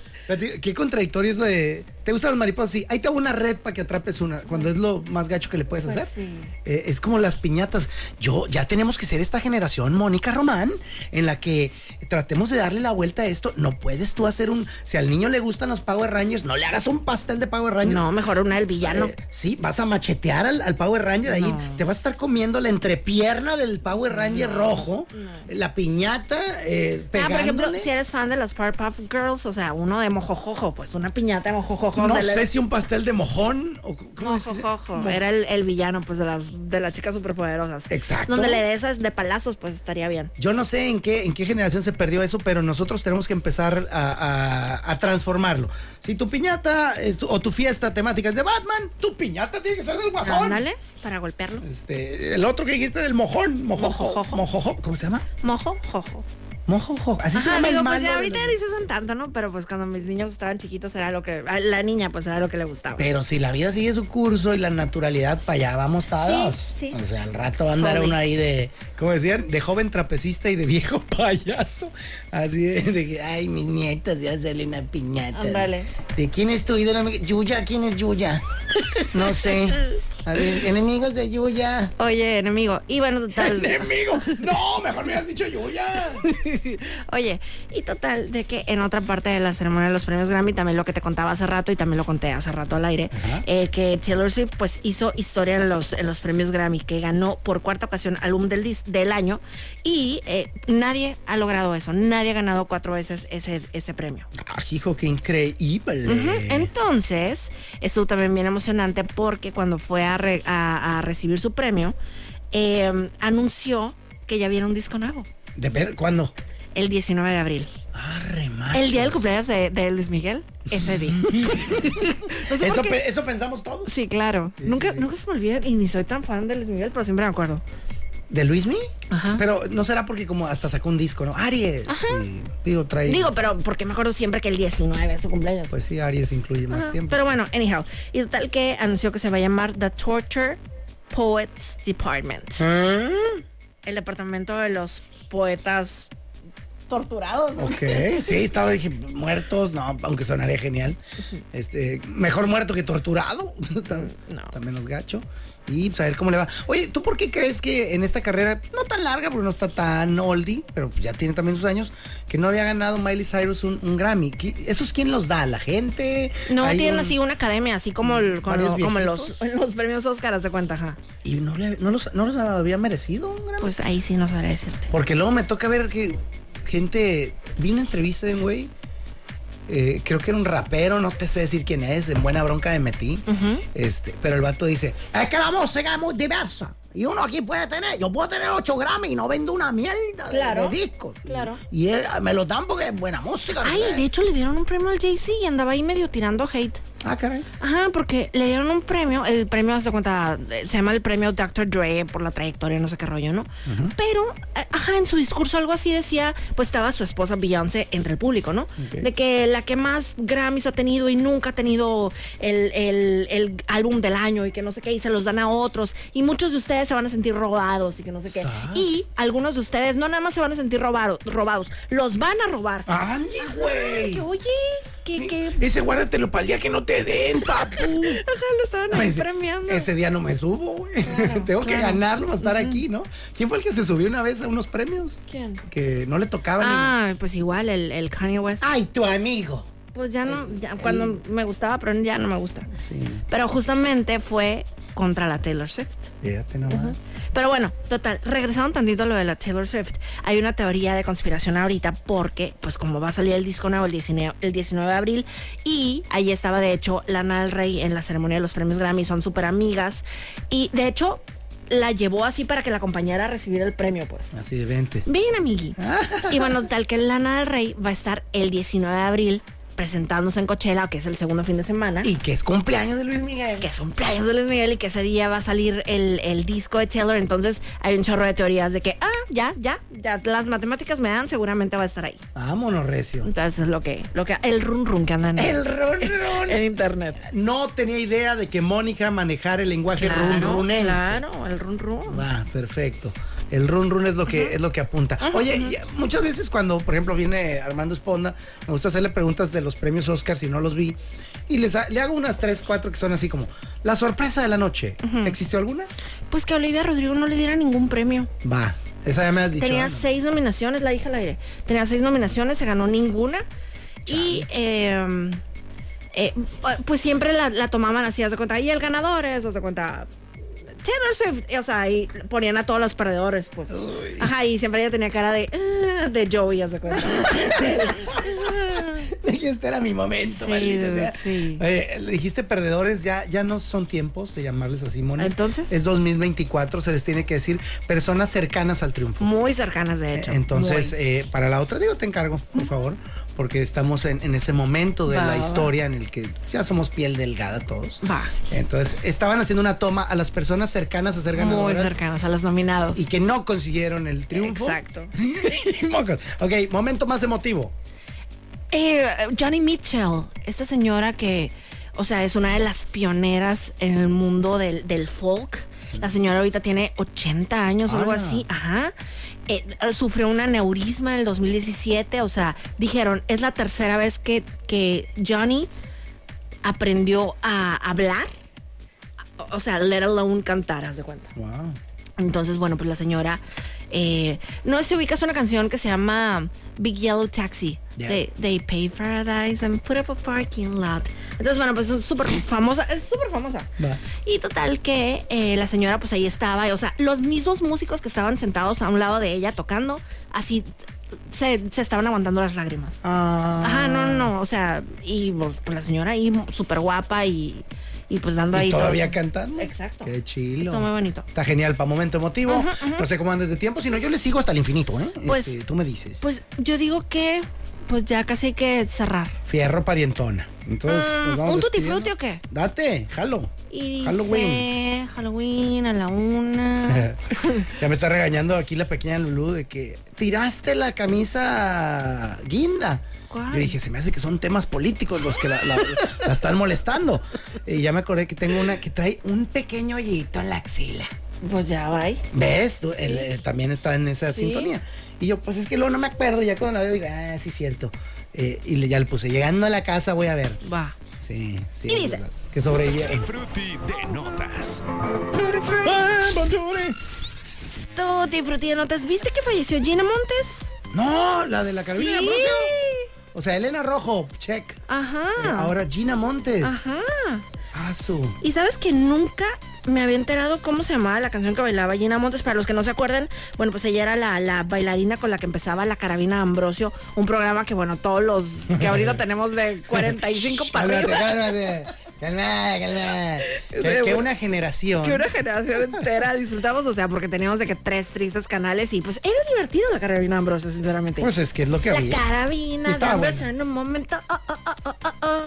C: Qué contradictorio eso de ¿Te gustan las mariposas? Sí. Ahí te hago una red para que atrapes una, cuando es lo más gacho que le puedes
A: Pues
C: hacer.
A: sí.
C: Eh, es como las piñatas. Yo, ya tenemos que ser esta generación, Mónica Román, en la que tratemos de darle la vuelta a esto. No puedes tú hacer un. Si al niño le gustan los Power Rangers, no le hagas un pastel de Power Rangers.
A: No, mejor una del villano.
C: Eh, sí, vas a machetear al, al Power Ranger ahí. Te vas a estar comiendo la entrepierna del Power Ranger rojo, la piñata, eh,
A: Ah, por ejemplo,
C: pegándole.
A: si eres fan de las Powerpuff Girls, o sea, uno de mojojojo, pues una piñata de mojojojo.
C: No
A: de la-
C: sé si un pastel de mojón o c- ¿cómo se dice?
A: Mojojojo. Era el, el villano, pues, de las de las chicas superpoderosas.
C: Exacto.
A: Donde le des esas de palazos, pues estaría bien.
C: Yo no sé en qué, en qué generación se perdió eso, pero nosotros tenemos que empezar a, a- a transformarlo. Si tu piñata eh, tu- o tu fiesta temática es de Batman, tu piñata tiene que ser del guasón.
A: Ándale, para golpearlo.
C: Este, el otro que dijiste del mojón, mojojo,
A: Mojojojo.
C: mojojo, ¿cómo se llama?
A: Mojojojo.
C: Mojojo, así se
A: Ajá,
C: llama
A: digo,
C: el
A: pues
C: malo
A: ya
C: de
A: ahorita
C: la-
A: no son tanto, ¿no? Pero pues cuando mis niños estaban chiquitos era lo que... a La niña, pues, era lo que le gustaba.
C: Pero si la vida sigue su curso y la naturalidad, para allá vamos todos.
A: Sí, sí.
C: O sea, al rato va a andar
A: Sorry.
C: uno ahí de, ¿cómo decían? De joven trapecista y de viejo payaso. Así de, de que, ay, mis nietas, ya hacerle una piñata.
A: Ándale.
C: ¿De quién es tu ídolo? amigo? Yuya, ¿quién es Yuya? No sé. A ver, enemigos de Yuya.
A: Oye, enemigo. Y bueno, total...
C: Enemigo. No, mejor me has dicho Yuya.
A: Oye, y total, de que en otra parte de la ceremonia de los premios Grammy, también lo que te contaba hace rato y también lo conté hace rato al aire, eh, que Taylor Swift pues hizo historia en los, en los premios Grammy, que ganó por cuarta ocasión álbum del, dis- del año y eh, nadie ha logrado eso, nadie ha ganado cuatro veces ese, ese premio.
C: Ah, hijo, qué increíble.
A: Ujú. Entonces, estuvo también bien emocionante porque cuando fue a, re- a- a recibir su premio, eh, anunció que ya viene un disco nuevo,
C: ¿De ver cuándo?
A: el 19 de abril.
C: Ah, remachos.
A: El día del cumpleaños de, de Luis Miguel, ese día. No sé por
C: Eso,
A: qué.
C: pe- eso pensamos todos.
A: Sí, claro. nunca,
C: sí.
A: nunca se me olvida y ni soy tan fan de Luis Miguel, pero siempre me acuerdo.
C: ¿De Luismi?
A: Ajá.
C: Pero no será porque como hasta sacó un disco, ¿no? Aries. y, digo, trae.
A: Digo, pero porque me acuerdo siempre que el 19 es su cumpleaños.
C: Pues sí, Aries incluye más
A: Ajá.
C: tiempo.
A: Pero bueno, anyhow. Y total que anunció que se va a llamar The Torture Poets Department.
C: ¿Eh?
A: El departamento de los poetas torturados.
C: Ok, sí, estaba dije, muertos, no, aunque sonaría genial. Este, mejor muerto que torturado. está,
A: No.
C: está menos gacho. Y pues, a ver cómo le va. Oye, ¿tú por qué crees que en esta carrera, no tan larga, porque no está tan oldie, pero pues, ya tiene también sus años, que no había ganado Miley Cyrus un, un Grammy? ¿Qui- ¿Esos quién los da? ¿La gente?
A: No,
C: ¿Hay
A: tienen
C: un-
A: así una academia, así como, el- como,
C: ¿Varios
A: como los,
C: viejitos?
A: los premios Oscar, haz de cuenta, ajá.
C: Y no, le- no los, no los había merecido un Grammy.
A: Pues ahí sí no sabré decirte.
C: Porque luego me toca ver que gente. Vi una entrevista de un güey. eh, creo que era un rapero, no te sé decir quién es, en buena bronca me metí. este, pero el vato dice: Es que la música es muy diversa. Y uno aquí puede tener, yo puedo tener 8 gramos y no vendo una mierda de-
A: Claro,
C: de, discos.
A: claro.
C: Y eh, me lo dan porque es buena música. no
A: Ay,
C: sé.
A: de hecho le dieron un premio al Jay-Z y andaba ahí medio tirando hate.
C: Ah, caray.
A: Ajá, porque le dieron un premio, el premio se cuenta, eh, se llama el premio Dr. Dre por la trayectoria, no sé qué rollo, ¿no? Pero, eh, ajá, en su discurso algo así decía, pues estaba su esposa Beyoncé entre el público, ¿no? De que la que más Grammys ha tenido y nunca ha tenido el, el- el álbum del año y que no sé qué, y se los dan a otros, y muchos de ustedes se van a sentir robados y que no sé qué.
C: Sas.
A: Y algunos de ustedes no nada más se van a sentir robado- robados, los van a robar.
C: Ah. ¡Andy, güey!
A: Que, oye, que, que
C: Ese guárdatelo para el día que no te den, papu.
A: Ajá, lo estaban
C: Me
A: ahí
C: dice,
A: premiando.
C: Pues, Ese día no me subo, güey. Tengo que ganarlo para estar aquí, ¿no? ¿Quién fue el que se subió una vez a unos premios?
A: ¿Quién?
C: Que no le tocaban.
A: Ah, pues igual, el, el Kanye West.
C: Ay, tu amigo.
A: Ah, Pues ya no, ya cuando me gustaba, pero ya no me gusta. Pero justamente fue contra la Taylor Swift.
C: Fíjate nomás.
A: Pero bueno, total, regresando tantito a lo de la Taylor Swift, hay una teoría de conspiración ahorita porque, pues como va a salir el disco nuevo el 19, el 19 de abril y ahí estaba de hecho Lana del Rey en la ceremonia de los premios Grammy, son súper amigas y de hecho la llevó así para que la acompañara a recibir el premio, pues.
C: Así de 20.
A: Bien, amigui.
C: Ah.
A: Y bueno, tal que Lana del Rey va a estar el 19 de abril presentándose en Coachella, que es el segundo fin de semana.
C: Y que es cumpleaños de Luis Miguel.
A: que es un playo de Luis Miguel y que ese día va a salir el, el disco de Taylor. Entonces hay un chorro de teorías de que, ah, ya, ya, ya, las matemáticas me dan, seguramente va a estar ahí.
C: Vámonos, Recio.
A: Entonces es lo que, lo que, el run run que andan en,
C: El ron, ron.
A: en internet.
C: No tenía idea de que Mónica manejara el lenguaje run
A: Claro,
C: runense.
A: claro, el run run.
C: Va, perfecto. El run run es lo que es lo que apunta. Oye, y, eh, muchas veces cuando, por ejemplo, viene Armando Esponda, me gusta hacerle preguntas de los premios Oscar si no los vi. Y les ha- le hago unas tres, cuatro que son así como, la sorpresa de la noche. ¿Existió alguna?
A: Pues que a Olivia Rodrigo no le diera ningún premio.
C: Va, esa ya me has dicho.
A: Tenía
C: ¿no?
A: seis nominaciones, la dije al aire. Tenía seis nominaciones, se ganó ninguna. Y eh, eh, pu- pues siempre la, la tomaban así, haz de cuenta. Y el ganador es, haz de cuenta. Taylor Swift, y, o sea, y ponían a todos los perdedores, pues. Ajá, y siempre ella tenía cara de, "Ah", de Joey, haz de cuenta.
C: este era mi momento,
A: Sí,
C: maldita sea.
A: sí.
C: Oye, le dijiste perdedores, ya, ya no son tiempos de llamarles así, Moni.
A: Entonces.
C: Es 2024, se les tiene que decir personas cercanas al triunfo.
A: Muy cercanas, de hecho.
C: Entonces,
A: Muy.
C: eh, para la otra, digo, te encargo, por favor, porque estamos en, en ese momento de
A: Va, va.
C: la historia en el que ya somos piel delgada todos.
A: Va.
C: Entonces, estaban haciendo una toma a las personas cercanas a ser
A: muy
C: ganadoras
A: cercanas a los nominados.
C: y que no consiguieron el triunfo.
A: Exacto.
C: Mocos. ok, momento más emotivo.
A: Eh, Johnny Mitchell, esta señora que, o sea, es una de las pioneras en el mundo del, del folk. La señora ahorita tiene 80 años o algo
C: Ah.
A: así, ajá. Eh, sufrió un aneurisma en el 2017, o sea, dijeron, es la tercera vez que, que Johnny aprendió a hablar, o- o sea, let alone cantar, haz de cuenta.
C: Wow.
A: Entonces, bueno, pues la señora. eh, no sé si ubicas una canción que se llama Big Yellow Taxi.
C: Yeah.
A: They, they pay paradise and put up a parking lot. Entonces, bueno, pues es súper famosa. Es súper famosa.
C: Va.
A: Y total que eh, la señora, pues ahí estaba. y, O sea, los mismos músicos que estaban sentados a un lado de ella tocando, así se, se estaban aguantando las lágrimas.
C: Ah.
A: Ajá, no, no. O sea, y pues, pues, la señora ahí súper guapa y, y pues dando ahí.
C: Y
A: todo
C: todavía
A: su-
C: cantando.
A: Exacto.
C: Qué chilo.
A: Estuvo muy bonito.
C: Está genial para momento emotivo. No sé cómo andes de tiempo, sino yo le sigo hasta el infinito, ¿eh?
A: Pues-
C: Este, tú me dices.
A: Pues yo digo que pues ya casi hay que cerrar.
C: Fierro parientona. Entonces,
A: Mm,
C: nos vamos
A: ¿un tutti
C: despidiendo.
A: frutti o qué?
C: Date, jalo.
A: Y
C: Halloween.
A: dice Halloween a la una.
C: ya me está regañando aquí la pequeña Lulú de que tiraste la camisa guinda.
A: ¿Cuál?
C: Yo dije, se me hace que son temas políticos los que la, la- la están molestando. Y ya me acordé que tengo una que trae un pequeño hoyito en la axila.
A: pues ya va.
C: ¿Ves? Tú, él, eh, también está en esa
A: Sí.
C: sintonía. Y yo, pues es que luego no me acuerdo. Ya cuando la veo, digo, ah, sí, cierto. Eh, y le- ya le puse, llegando a la casa voy a ver.
A: Va.
C: Sí, sí.
A: Y
C: es
A: dice-
C: verdad, Que sobrevivieron.
F: Frutti de notas.
A: Tutti frutti de notas. ¿Viste que falleció Gina Montes?
C: No, la de la Carolina
A: sí.
C: Ambrosio. O sea, Elena Rojo, check.
A: Ajá.
C: Eh, Ahora Gina Montes.
A: Ajá.
C: Ah, su.
A: Y sabes que nunca me había enterado cómo se llamaba la canción que bailaba Gina Montes. Para los que no se acuerdan, bueno, pues ella era la, la bailarina con la que empezaba la carabina de Ambrosio. Un programa que, bueno, todos los que ahorita tenemos de 45 para
C: Cálmate,
A: arriba.
C: cálmate. Calmada, calmada. Que, que una generación.
A: Que una generación entera disfrutamos, o sea, porque teníamos de que tres tristes canales y pues era divertido la carabina de Ambrosio, sinceramente.
C: Pues es que es lo que
A: la
C: había.
A: carabina de
C: Estaba
A: Ambrosio
C: bueno.
A: en un momento oh, oh, oh, oh, oh, oh,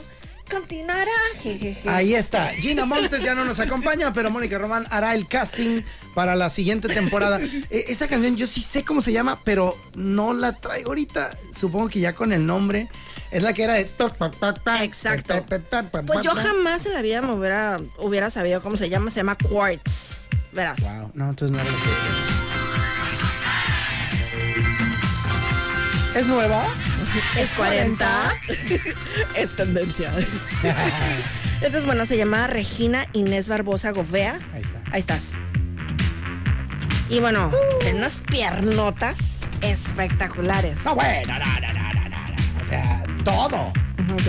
A: continuará. jejeje.
C: Ahí está. Gina Montes ya no nos acompaña, pero Mónica Román hará el casting para la siguiente temporada. Eh, esa canción yo sí sé cómo se llama, pero no la traigo ahorita. Supongo que ya con el nombre. Es la que era de...
A: Exacto. Pues yo jamás en la vida me hubiera, hubiera sabido cómo se llama, se llama Quartz. Verás.
C: Wow, no, entonces no era lo que- ¿Es nueva?
A: Es 40. es tendencia. Entonces, bueno, se llama Regina Inés Barbosa Govea.
C: Ahí está.
A: Ahí estás. Y bueno, de unas piernotas espectaculares.
C: No, bueno, no, no, no, no, no, no. O sea, todo.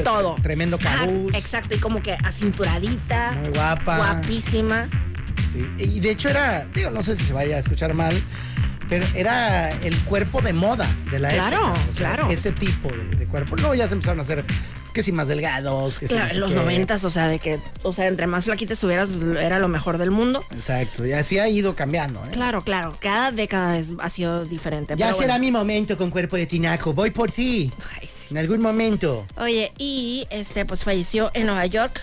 A: Todo.
C: Tremendo
A: Ajá,
C: cabuz.
A: exacto, y como que acinturadita.
C: Muy guapa.
A: Guapísima.
C: Sí. Y de hecho era, digo, no sé si se vaya a escuchar mal, pero era el cuerpo de moda de la
A: Claro,
C: época.
A: claro.
C: Ese tipo de, de cuerpo. Luego ya se empezaron a hacer que si más delgados, que si
A: Claro,
C: no sé
A: en los
C: qué.
A: noventas, o sea, de que, o sea, entre más flaquita estuvieras, era lo mejor del mundo.
C: Exacto, y así ha ido cambiando. ¿eh?
A: Claro, claro, cada década es- ha sido diferente.
C: Ya
A: pero
C: será
A: bueno.
C: mi momento con cuerpo de tinaco. Voy por ti.
A: Ay, sí.
C: En algún momento.
A: Oye, y este, pues falleció en Nueva York.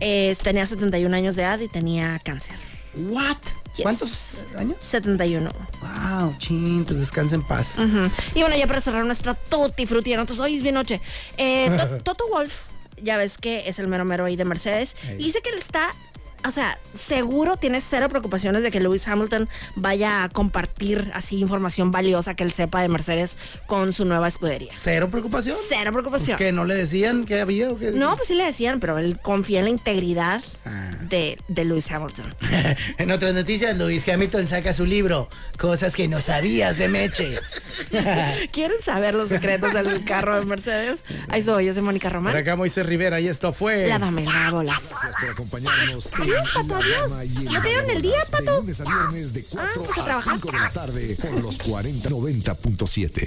A: Eh, tenía 71 años de edad y tenía cáncer.
C: What?
A: Yes.
C: ¿Cuántos años?
A: 71.
C: Wow, chin, pues descansa en paz.
A: Ujú. Y bueno, ya para cerrar nuestra tutti frutti de notas, hoy es bien noche. Eh, To- Toto Wolf, ya ves que es el mero mero ahí de Mercedes. Y dice que él está o sea, seguro tienes cero preocupaciones de que Lewis Hamilton vaya a compartir así información valiosa que él sepa de Mercedes con su nueva escudería.
C: Cero preocupación.
A: Cero preocupación.
C: Que no le decían que había o que.
A: No, pues sí le decían, pero él confía en la integridad
C: Ah.
A: de, de Lewis Hamilton.
C: en otras noticias, Luis Hamilton saca su libro, Cosas que no sabías de Meche. Ah.
A: ¿Quieren saber los secretos del carro de Mercedes? Ahí soy, yo soy Mónica
C: Por
A: Román.
C: acá Moisés Rivera y esto fue.
A: La dame la bolas.
F: Gracias por acompañarnos. en
A: Adiós, Pato,
F: La
A: adiós.
F: Dama y el
A: ¿No te dieron
F: Vagabolas,
A: el día,
F: de
A: Pato?
F: lunes a viernes de
A: Ah,
F: 4
A: pues a
F: a
A: trabajar.
F: 5 de la tarde por los 4090.7.